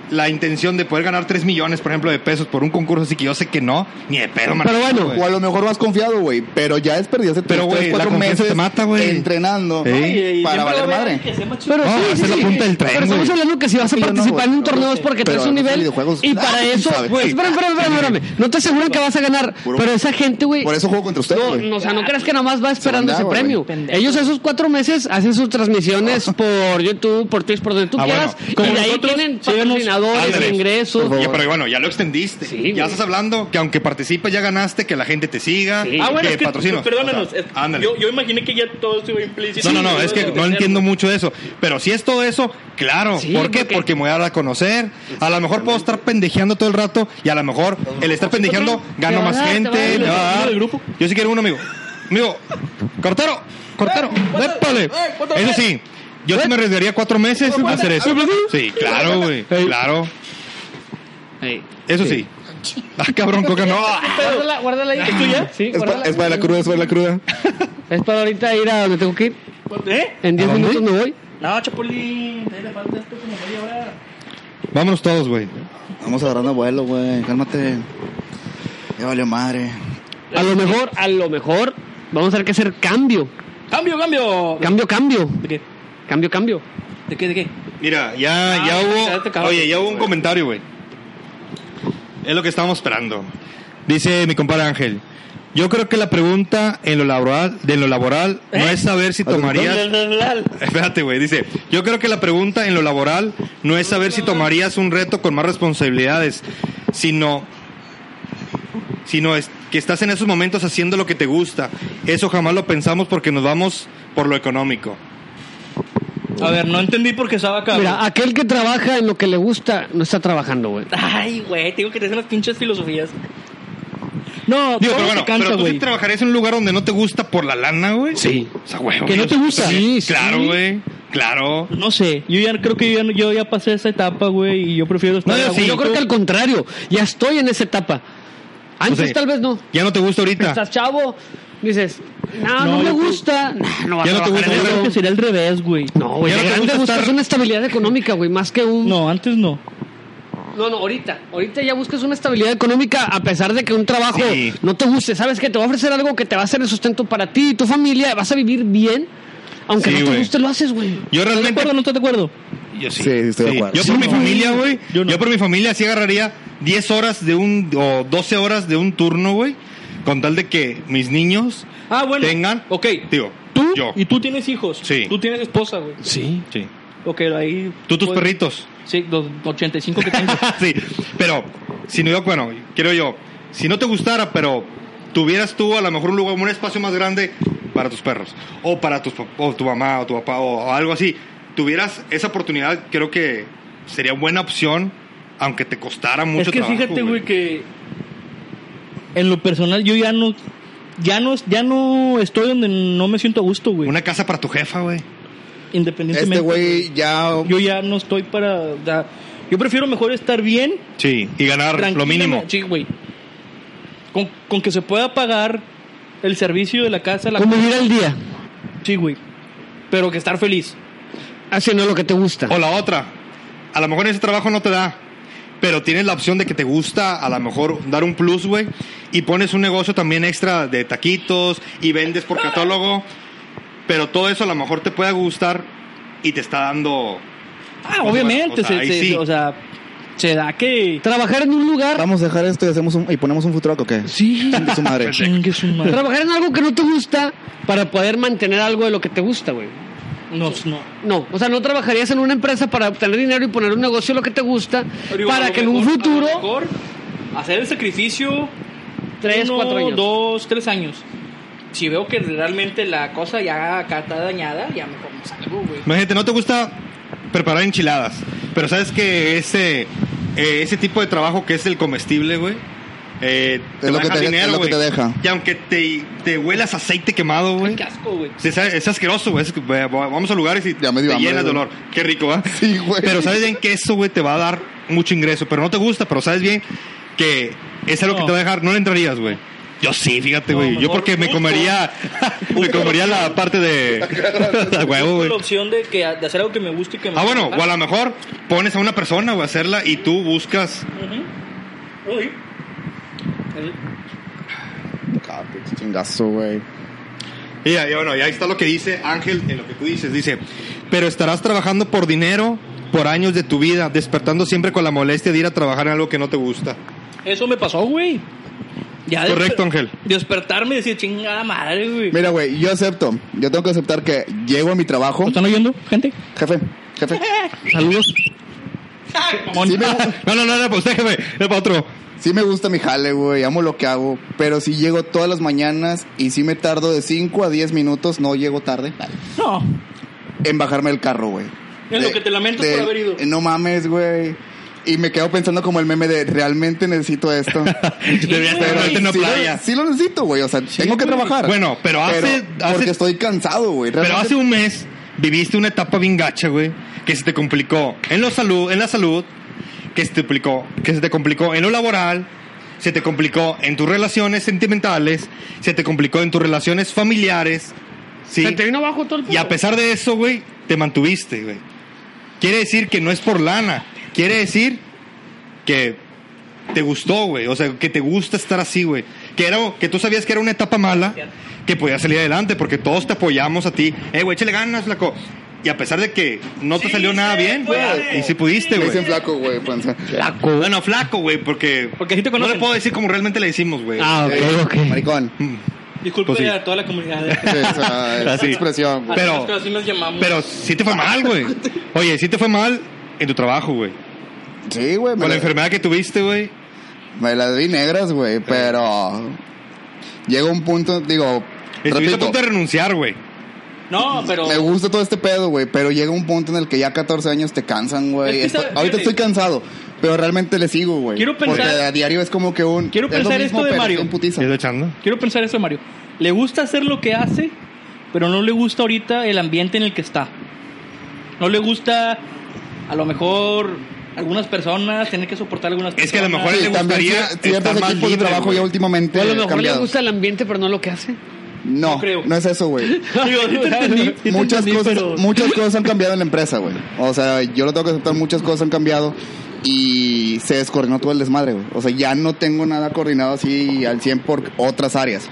D: la intención de poder ganar 3 millones, por ejemplo, de pesos por un concurso, así que yo sé que no, ni de pedo, man.
B: Pero bueno,
C: O a lo mejor vas confiado, güey. Pero ya desperdiciaste
D: Pero,
C: tres,
D: güey,
C: tres,
D: la
C: cuatro
D: confianza
C: meses
D: te mata, güey.
C: Entrenando
D: Sí.
A: Y- y siempre va
C: para
A: a
C: valer
A: haber
C: madre.
A: alguien que sea más chido.
B: Pero
D: No,
B: sí,
D: va a
B: sí,
D: ser la
B: sí.
D: punta del tren,
B: Pero estamos
D: güey.
B: hablando que si vas a
C: Sí, yo no,
B: participar en
C: güey,
B: un torneo
C: no
B: es
C: sé.
B: porque
C: Pero
B: traes un
C: no son
B: nivel.
C: videojuegos.
B: Y
C: Ah,
B: para
C: ¿quién
B: eso,
C: sabe?
B: güey, espérame, espérame, espérame, espérame. No te aseguran que vas a ganar,
C: Puro-
B: pero esa gente, güey.
C: Por eso juego contra ustedes,
B: No,
C: güey.
B: no, o sea, no creas que nada más va esperando
C: mandaba,
B: ese
C: güey. Ah.
B: premio.
A: Pendejo.
B: Ellos esos cuatro meses hacen sus transmisiones por YouTube, por Twitch, por donde tú
D: Ah, bueno.
B: quieras.
D: Como
B: y de ahí
A: nosotros,
B: tienen
A: síganos.
B: patrocinadores,
D: Ándale.
B: ingresos.
C: Por favor.
D: Ya, pero bueno, ya lo extendiste.
B: Sí, güey.
D: ya estás hablando que aunque participes ya ganaste, que la gente te siga,
B: Sí.
A: Ah, bueno,
D: que
A: es que,
D: patrocinos.
A: perdónanos.
D: O sea,
A: es-
D: ándale.
A: yo, yo imaginé que ya todo estuvo implícito.
D: No, no, no, es que no entiendo mucho eso. Pero si es todo eso, claro.
B: Sí,
D: ¿Por qué?
B: porque-
D: Porque... me voy a dar a conocer. A lo mejor puedo estar pendejeando todo el rato y a lo mejor el estar pendejeando gano
B: Te va a
D: más
B: dar, te va a dar
D: gente,
B: el
D: me va a
A: del
D: dar.
A: grupo.
D: Yo sí quiero uno, amigo. Amigo, Cortaro, Cortaro,
A: cuatro- eh,
D: dépale.
A: cuatro
D: Eso
A: veces.
D: sí, yo sí me arriesgaría cuatro meses a hacer eso. Sí, claro, güey,
B: Ey.
D: claro.
B: Ey.
D: Eso sí. Ah, cabrón, coca, no.
B: Guárdala, guárdala ahí. ¿Es tuya? Sí,
C: Es, pa-
B: guárdala.
C: es para la cruda, es para la cruda.
B: Es para ahorita ir a donde tengo que ir.
A: ¿Eh?
B: En 10 minutos me voy.
A: No, Chapulín, ahí le falta esto como media hora.
D: Vámonos todos, güey.
C: Vamos agarrando vuelo, güey. Cálmate. Ya valió madre.
B: A lo mejor, a lo mejor, vamos a tener que hacer cambio.
A: ¡Cambio, cambio!
B: Cambio, cambio.
A: ¿De qué?
B: Cambio, cambio.
A: ¿De qué? ¿De qué?
D: Mira, ya,
A: Ah,
D: ya
A: ya te
D: hubo.
A: acabas.
D: Oye, ya hubo un comentario, güey. Es lo que estábamos esperando. Dice mi compadre Ángel. Yo creo que la pregunta en lo laboral, de lo laboral no
A: ¿Eh?
D: es saber si tomarías. Espérate, güey. Dice, yo creo que la pregunta en lo laboral no es saber si tomarías un reto con más responsabilidades, sino, sino es que estás en esos momentos haciendo lo que te gusta. Eso jamás lo pensamos porque nos vamos por lo económico.
A: A ver, no entendí por qué estaba acá.
B: Mira, aquel que trabaja en lo que le gusta no está trabajando, güey.
A: Ay, güey, te digo que te hacen las pinches filosofías. No, todo
D: Digo, pero bueno,
A: te cansa,
D: pero tú
A: güey.
D: sí trabajarías en un lugar donde no te gusta por la lana, güey.
B: Sí.
D: O sea, güey.
B: Que no te gusta.
D: Sí,
B: Sí,
D: claro,
B: sí.
D: güey. Claro.
A: no sé, yo ya creo que yo ya, yo ya pasé esa etapa, güey, y yo prefiero estar
D: No, yo
A: a
D: sí.
A: gusto.
B: Yo creo que al contrario, ya estoy en esa etapa. Antes
D: O sea,
B: tal vez no.
D: Ya no te gusta ahorita.
B: Estás chavo, dices, no, no,
A: No,
B: me
A: yo-
B: gusta. No, no vas
D: Ya
B: a
D: no
B: trabajar
D: te gusta,
B: en
A: Yo creo
B: eso.
A: que sería al revés, güey.
B: No, güey,
D: Ya no te
B: lo que
D: gusta
B: buscas es
D: estar-
B: una estabilidad económica, güey, más que un...
A: No, antes no.
B: no, no, ahorita. Ahorita ya buscas una estabilidad económica a pesar de que un trabajo
D: Sí.
B: no te guste. Sabes que te va a ofrecer algo que te va a hacer el sustento para ti y tu familia. Vas a vivir bien. Aunque
D: Sí,
B: no te
D: güey.
B: guste, lo haces, güey.
D: Yo
A: ¿Estás de
D: realmente.
A: acuerdo o no estás de acuerdo?
D: Yo
C: Sí, estoy de acuerdo.
D: Yo
C: Sí,
D: por
C: no.
D: mi familia, güey.
A: Yo
D: Yo,
A: no.
D: por mi familia sí agarraría 10 horas de un. o 12 horas de un turno, güey. Con tal de que mis niños
A: Ah, bueno.
D: tengan.
A: Ok.
D: Digo,
A: Tú
D: yo.
A: y tú tienes hijos.
D: Sí.
A: Tú tienes esposa, güey.
B: Sí.
D: Sí.
A: O que ahí.
D: Tú tus
A: pues,
D: perritos.
A: Sí, los 85 que tengo.
D: sí, pero si no, bueno, creo yo, si no te gustara, pero tuvieras tú a lo mejor un lugar, un espacio más grande para tus perros, o para tus, pap- o tu mamá, o tu papá, o, o algo así, tuvieras esa oportunidad, creo que sería buena opción, aunque te costara mucho
A: es que
D: trabajo,
A: fíjate, güey, que en lo personal yo ya no, ya no, ya no estoy donde no me siento a gusto, güey.
D: Una casa para tu jefa, güey.
A: Independientemente.
C: Este güey ya.
A: Yo ya no estoy para. da- yo prefiero mejor estar bien.
D: Sí, y ganar
A: tranquila,
D: lo mínimo.
A: Sí, güey. Con, con que se pueda pagar el servicio de la casa, la
B: Como vivir al día,
A: Sí, güey. Pero que estar feliz.
B: haciendo lo que te gusta.
D: O la otra, a lo mejor ese trabajo no te da, pero tienes la opción de que te gusta, a lo mejor dar un plus, güey, y pones un negocio también extra de taquitos y vendes por catálogo, pero todo eso a lo mejor te puede gustar y te está dando...
A: Ah,
D: Pues,
A: obviamente.
D: o sea,
A: se-
D: ahí
A: se-
D: sí.
A: O sea, se da que.
B: Trabajar en un lugar,
C: Vamos a dejar esto y hacemos un, y ponemos un futuro o qué?
B: sí.
C: Chingue su madre.
A: Chingue su madre.
B: trabajar en algo que no te gusta para poder mantener algo de lo que te gusta, güey.
A: No, pues, no.
B: No, o sea, no trabajarías en una empresa para obtener dinero y poner un negocio de lo que te gusta
A: Digo, a
B: para
A: lo
B: que en un
A: mejor-
B: futuro,
A: a lo mejor hacer el sacrificio
B: tres,
A: uno,
B: cuatro años.
A: dos, tres años. Si veo que realmente la cosa ya acá está dañada, ya mejor me salgo, güey.
D: Imagínate, no te gusta preparar enchiladas, pero sabes que ese, eh, ese tipo de trabajo que es el comestible, güey, eh, te
C: Es lo
D: va a
C: que
D: dejar
C: te de- es
D: dinero,
C: lo que
D: güey.
C: te deja.
D: Y aunque te, te huelas aceite quemado, güey.
A: Qué asco, güey.
D: Sí, Es, es asqueroso, güey. Es que, güey, vamos a lugares y
C: Ya me dio
D: te
C: hambre,
D: llenas de
C: güey.
D: dolor. Qué rico, ¿va?
C: Sí, güey.
D: Pero sabes bien que eso, güey, te va a dar mucho ingreso. Pero no te gusta, pero sabes bien que es algo
A: No.
D: que te va a dejar. No le entrarías, güey. Yo sí, fíjate,
A: No,
D: güey. Yo
A: mejor
D: porque me
A: justo.
D: comería... me comería la parte de... la huevo,
A: Tengo
D: güey.
A: la opción de, que, de hacer algo que me guste y que me
D: Ah, bueno, o a
A: gusta.
D: lo mejor pones a una persona, güey, a hacerla y tú buscas...
A: Ujú. Uy. El-
C: Ah, Chingazo, güey.
D: Y, ahí- bueno, y ahí está lo que dice Ángel en lo que tú dices. Dice, pero estarás trabajando por dinero por años de tu vida, despertando siempre con la molestia de ir a trabajar en algo que no te gusta.
A: Eso me pasó, güey. Ya desper-
D: Correcto, Ángel.
A: Despertarme y decir, chingada madre, güey.
C: Mira, güey, yo acepto. Yo tengo que aceptar que llego a mi trabajo.
A: ¿Lo están oyendo, gente?
C: Jefe, jefe.
B: Saludos.
A: Mamón.
C: Sí me,
D: No, no, no, no, pues déjame, es para otro.
C: sí me gusta mi jale, güey. Amo lo que hago. Pero si llego todas las mañanas y si me tardo de 5 a 10 minutos, no llego tarde.
A: No.
C: en bajarme el carro, güey.
A: Es lo
C: De-
A: que te lamentas por haber ido.
C: No mames, güey. Y me quedo pensando como el meme de realmente necesito esto.
D: Deberías
A: güey.
D: de ponerte en una
C: sí,
D: playa.
C: Lo, sí lo necesito, güey. O sea, tengo que
D: güey.
C: trabajar.
D: Bueno, pero hace- hace-
C: Porque estoy cansado, güey.
D: Pero
C: Realmente-
D: hace un mes viviste una etapa bien gacha, güey, que se te complicó en, lo salud, en la salud, que se te complicó, que se te complicó en lo laboral, se te complicó en tus relaciones sentimentales, se te complicó en tus relaciones familiares. ¿sí?
B: Se te vino abajo todo el
D: Y a pesar de eso, güey, te mantuviste, güey. Quiere decir que no es por lana. Quiere decir que te gustó, güey. O sea, que te gusta estar así, güey. Que, era, que tú sabías que era una etapa mala, que podías salir adelante, porque todos te apoyamos a ti. Eh, güey, échale ganas, flaco. Y a pesar de que no te
A: Sí
D: salió nada
A: se
D: bien, güey.
A: puede.
D: Y si pudiste,
C: Me dicen
D: güey.
C: flaco, güey. pues, o sea,
D: Bueno, flaco, güey, porque...
A: Porque así te
D: no
A: conocen.
D: le puedo decir como realmente le decimos, güey.
B: Ah, ok, ok.
C: Maricón.
D: Mm.
A: Disculpe
D: Pues sí.
A: a toda la comunidad.
C: Sí, o sea, es
D: Así.
C: expresión, güey.
D: Pero-
A: Así nos- así nos llamamos.
D: Pero sí te fue mal, güey. Oye, sí te fue mal en tu trabajo, güey.
C: Sí, güey. me
D: Con la
C: la-
D: enfermedad que tuviste, güey.
C: Me las vi negras, güey, pero llega un punto, digo,
D: Estuviste a
C: repito,
D: punto de renunciar, güey.
A: No, pero.
C: me gusta todo este pedo, güey, pero llega un punto en el que ya 14 años te cansan, güey.
A: Es que
C: Esto-
A: sabe-
C: Ahorita
A: fíjate.
C: estoy cansado, pero realmente le sigo, güey.
A: Quiero pensar-
C: Porque a diario es como que un...
A: Quiero
C: es lo
A: pensar esto de
C: pero
A: Mario.
C: en putiza.
D: ¿Estás echando?
A: Quiero pensar eso, de Mario. Le gusta hacer lo que hace, pero no le gusta ahorita el ambiente en el que está. No le gusta, a lo mejor, algunas personas, tener que soportar algunas
D: Es
A: personas.
D: que a lo mejor
C: Sí,
D: le
C: también
D: gustaría
C: cier- ciertos
D: estar más
C: equipos de
D: libre,
C: trabajo
D: güey.
C: ya últimamente
B: O a lo mejor le
C: cambiados.
B: gusta el ambiente, pero no lo que hace.
C: No,
A: No
C: no,
A: creo.
C: es eso, güey.
A: Digo, sí te entendí, sí te
C: muchas
A: entendí,
C: cosas
A: pero-
C: muchas cosas han cambiado en la empresa, güey. O sea, yo lo tengo que aceptar, muchas cosas han cambiado y se descoordinó todo el desmadre, güey. O sea, ya no tengo nada coordinado así al 100 por otras áreas.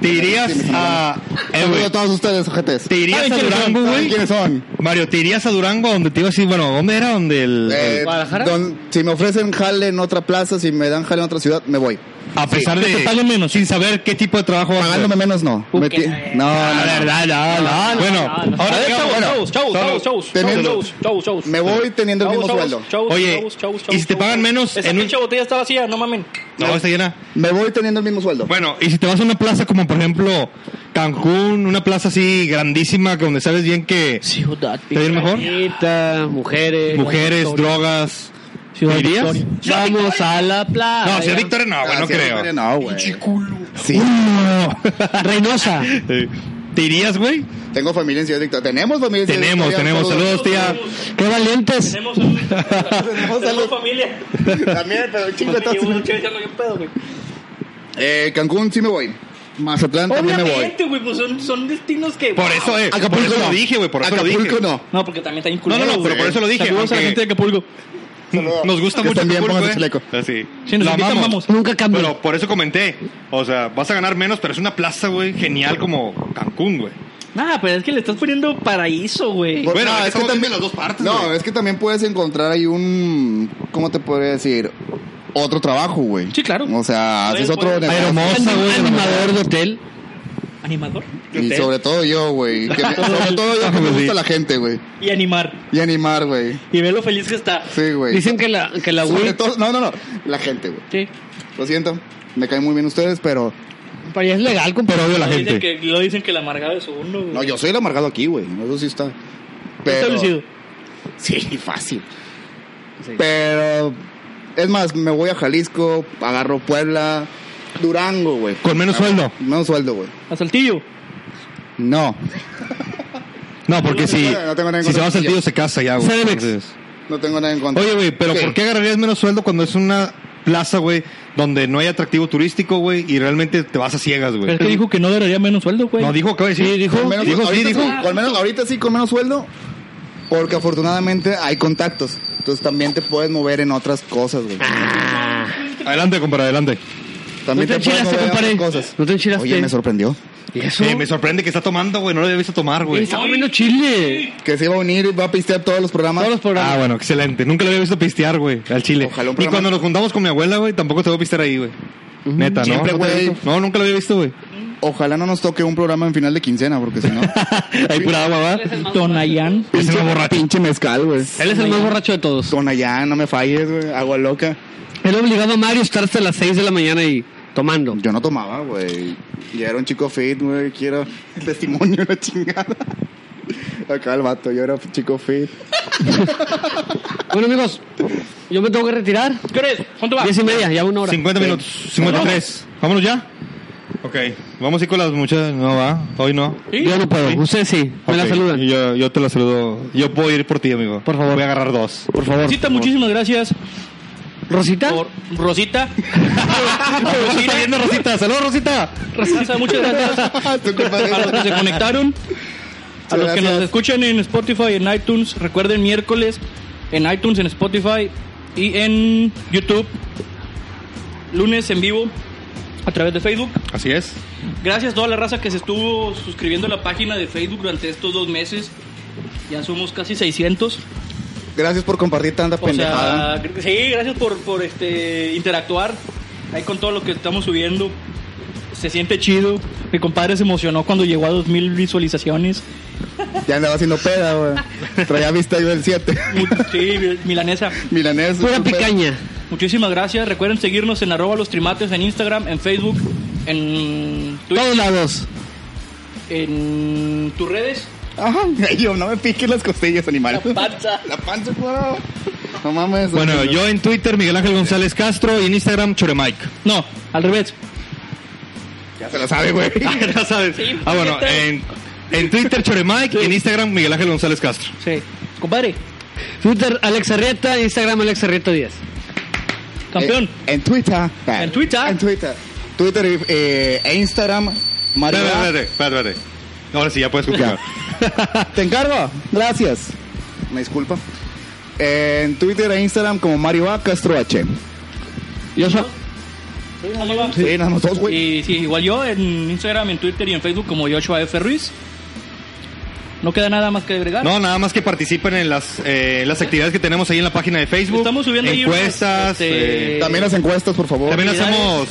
D: ¿Te irías
C: Sí, me
D: a... Eh,
C: Saludos
D: güey,
C: a todos ustedes, ojetes.
D: ¿Te irías
A: ¿Saben
D: a
A: quiénes son?
D: Durango,
C: ¿Saben
D: güey?
C: quiénes son?
D: Mario, ¿te irías a Durango donde te iba a decir, bueno, ¿dónde era? Donde el...
C: Eh,
B: ¿Guadalajara?
C: don- si me ofrecen jale en otra plaza, si me dan jale en otra ciudad, me voy.
D: A pesar
A: que
D: de.
A: te paguen menos.
D: Sin saber qué tipo de trabajo vas a hacer.
C: Pagándome menos, no.
A: Uh,
C: Me
A: que-
C: ti- No,
D: Ah,
C: no,
D: la
C: no.
D: verdad, no, no. Bueno,
A: No, no, no.
D: ahora
A: A ver, chavos,
D: digamos, bueno,
A: chavos, chavos,
D: solo-
A: chavos, chavos,
C: teniendo-
A: chavos, chavos, chavos.
C: Me voy teniendo el
A: Chavos,
C: mismo
A: chavos,
C: sueldo.
A: chavos,
D: Oye,
A: chavos, chavos,
D: ¿y
A: chavos,
D: si te
A: chavos.
D: pagan menos
A: Esa
D: en un-
A: pinche botella está vacía, no mamen.
D: No, está llena.
C: Me voy teniendo el mismo sueldo.
D: Bueno, y si te vas a una plaza como por ejemplo Cancún, una plaza así grandísima que donde sabes bien que
A: Ciudad
D: ¿Te va a ir mejor?
B: Bonita, mujeres.
D: mujeres,
A: Victoria.
D: drogas.
A: Ciudad
D: ¿Te irías?
A: Victoria.
B: Vamos a la playa.
D: No, Ciudad Victoria no, güey,
C: Ah,
D: no
C: sí,
D: creo.
C: Victoria, No, güey. Sí.
D: ¡Uh!
B: Reynosa.
D: Eh, ¿Te irías, güey?
C: Tengo familia en Ciudad Victoria. Tenemos familia en Ciudad
D: Tenemos,
C: Victoria.
D: tenemos. Saludos, tía.
B: Qué valientes.
A: Tenemos un- tenemos
C: salud.
A: familia.
C: También, pero el chingo
A: Me
C: está.
A: llevo una chévere, ya no hay pedo, güey.
C: Eh, Cancún sí me voy. Mazatlán también me voy.
A: Obviamente, güey, pues son, son destinos que.
D: Por eso, eh. Por
C: Acapulco
D: eso
C: no.
D: lo dije, güey. Por eso lo
C: Acapulco
D: dije.
C: no.
A: No, porque también está bien
D: No, no,
A: culero,
D: no, pero
A: güey.
D: por eso lo dije.
A: Saludos a la
D: aunque
A: gente de Acapulco.
D: Nos gusta
C: Que
D: mucho
C: también
D: Acapulco,
C: pongan su
D: eh.
C: chaleco.
D: Así.
A: Sí, nos
D: La
A: invitan,
D: amamos.
A: vamos.
B: Nunca cambió.
D: Pero por eso comenté. O sea, vas a ganar menos, pero es una plaza, güey, genial como Cancún, güey.
A: Nah, pero es que le estás poniendo paraíso, güey.
C: Por-
D: Bueno,
C: no, es
D: Pues es que
C: que
D: estamos viendo
C: también
D: las dos partes,
C: No,
D: güey.
C: es que también puedes encontrar ahí un. ¿Cómo te podría decir? Otro trabajo, güey.
A: Sí, claro.
C: O sea, haces
A: Puedes
C: otro
A: poner-
C: negocio.
D: Hermosa, güey.
B: Animador de hotel.
A: Animador.
C: Y sobre todo yo, güey. que me- Sobre todo yo que me gusta la gente, güey.
A: Y animar.
C: Y animar, güey.
A: Y ve lo feliz que está.
C: Sí, güey.
B: Dicen que la, que la
C: Sobre
B: Wii.
C: todo, no, no, no. La gente, güey.
A: Sí.
C: Lo siento. Me caen muy bien ustedes, pero.
B: Para allá es legal, compadre.
D: odio a la
A: Dicen
D: gente.
A: que, lo dicen que la amargada es uno, güey.
C: No, yo soy el amargado aquí, güey. Eso sí está. Pero.
A: Establecido.
C: Sí, fácil. Pero. Es más, me voy a Jalisco, agarro Puebla, Durango, güey.
D: Con menos sueldo.
C: Menos sueldo, güey.
A: A Saltillo.
C: No.
D: No, porque si,
C: No tengo nada en
D: si se
C: contra.
D: va al sentido se casa ya, güey.
B: Cemex.
D: Entonces-
C: No tengo nada en contra.
D: Oye, güey, pero
C: Sí.
D: ¿por qué agarrarías menos sueldo cuando es una plaza, güey, donde no hay atractivo turístico, güey, y realmente te vas a ciegas,
A: Pero
C: Pues
D: güey?
A: es que dijo que no daría menos sueldo, güey.
D: No, dijo, acaba de decir.
B: Sí, dijo.
C: Con menos-
D: dijo, sí,
C: ahorita
D: dijo.
C: sí, con menos- ahorita sí, con menos sueldo. Porque afortunadamente hay contactos. Entonces también te puedes mover en otras cosas, güey.
D: Ah, Adelante, compadre, adelante.
C: También
B: No te
C: puedes
B: enchilaste,
C: mover en otras
B: compadre.
C: cosas.
B: No te enchilaste.
C: Oye, me sorprendió.
B: ¿Y eso?
D: Eh, me sorprende que está tomando, güey, no lo había visto tomar, güey.
B: Está comiendo chile.
C: Que se iba a unir y va a pistear todos los programas.
B: Todos los
D: Ah,
B: programas.
D: bueno, excelente. Nunca lo había visto pistear, güey, al chile.
C: Ojalá un
D: y
C: programa-
D: cuando nos juntamos con mi abuela, güey, tampoco te voy a pistear ahí, güey. Neta, ¿no?
C: Siempre,
D: ¿No te había
C: güey.
D: visto? No, nunca lo había visto, güey.
C: Ojalá no nos toque un programa en final de quincena, porque si no.
D: Ahí pura agua, ¿va?
A: Tonayán.
D: Pues Es una borracha.
C: pinche mezcal, güey.
B: Él es el más borracho de todos.
C: Con allá, no me falles, güey. Agua loca.
B: Él obligado a Mario a estar hasta las 6 de la mañana y tomando.
C: Yo no tomaba, güey. Ya era un chico fit, güey. Quiero el testimonio, la chingada. Acá el vato, yo era un chico fit.
B: Bueno, amigos, yo me tengo que retirar.
A: ¿Qué eres? ¿Cuánto va?
B: Diez y media, ya una hora.
D: 50 minutos, 53. Vámonos ya. Ok, vamos a ir con las muchachas. No va, hoy no.
A: ¿Sí?
B: Yo no puedo.
D: Sí.
B: Ustedes sí. Me la
D: Ok,
B: saludan.
D: Yo, yo te la saludo. Yo puedo ir por ti, amigo.
B: Por favor.
D: Voy a agarrar dos.
B: Por favor.
A: Rosita, muchísimas gracias.
B: Rosita.
A: Por Rosita.
D: Está viendo Rosita. Saludos, Rosita.
A: Rosita, muchas gracias.
C: Tu compadre.
A: A los que se conectaron. A los que
C: Gracias.
A: nos escuchan en Spotify, en iTunes, recuerden miércoles en iTunes, en Spotify y en YouTube. Lunes en vivo a través de Facebook.
D: Así es.
A: Gracias a toda la raza que se estuvo suscribiendo a la página de Facebook durante estos dos meses. Ya somos casi 600.
C: Gracias por compartir tanta
A: O sea,
C: pendejada.
A: gr- sí, gracias por, por este, interactuar ahí con todo lo que estamos subiendo. Se siente chido. Mi compadre se emocionó cuando llegó a 2000 visualizaciones.
C: Ya andaba haciendo peda, güey. Traía vista yo del 7.
A: Mu- Sí, mil- milanesa.
C: Milanés.
B: Pura
C: super-
B: picaña.
A: Muchísimas gracias. Recuerden seguirnos en arroba los trimates en Instagram, en Facebook, en Twitter,
B: Todos lados.
A: en tus redes.
C: Ajá, yo, no me piques las costillas, animal.
A: La panza.
C: La panza, güey. No mames.
D: Bueno, yo en Twitter, Miguel Ángel González Castro. Y en Instagram, Choremike.
A: No, al revés.
C: Ya se la sabe, güey.
D: ya sabes.
A: Sí,
D: ah, bueno,
A: puñetas.
D: en, en Twitter, Choremike. Y en Instagram, Miguel Ángel González Castro.
A: Sí. Compadre,
B: Twitter, Alex Arrieta. Instagram, Alex Arrieta 10.
A: campeón.
C: Eh, en Twitter.
A: En Twitter.
C: En Twitter. Twitter eh, e Instagram. Mario.
D: Espérate, espérate, espérate, espérate. Ahora sí, ya puedes continuar.
C: Te encargo. Gracias. Me disculpa. En Twitter e Instagram como Mario A. Castro H.
B: Yo soy.
C: Sí, nada más dos, güey.
A: Y sí, igual yo en Instagram, en Twitter y en Facebook como Joshua F. Ruiz. No queda nada más que agregar.
D: No, nada más que participen en las, eh, las actividades que tenemos ahí en la página de Facebook.
A: Estamos subiendo ahí unas,
D: encuestas.
A: este,
D: eh,
C: También las encuestas, por favor.
D: también
A: actividades.
D: hacemos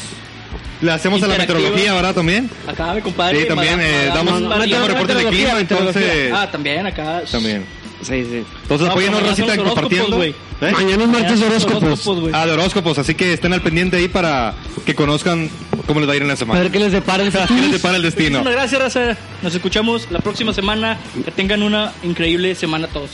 D: Le hacemos a la
A: Interactiva.
D: meteorología, ¿verdad? También.
A: Acá mi compadre.
D: Sí, también,
A: ma-
D: eh,
A: ma-
D: damos-
A: un par de-
D: damos reportes de clima, entonces-
A: Ah, también acá.
D: También.
B: Sí, sí.
D: Entonces,
A: No,
D: apóyennos,
A: pero mañana
D: Rosita,
A: son los
D: compartiendo.
A: horóscopos,
D: ¿Eh?
B: Mañana es martes horóscopos.
A: güey.
D: Ah, de horóscopos, así que estén al pendiente ahí para que conozcan cómo les va a ir en la
B: A
D: semana.
B: ver qué les depara el
D: ¿Qué les
B: futuro.
D: depara el destino?
A: Muchísimas gracias, Raza. Nos escuchamos la próxima semana. Que tengan una increíble semana todos.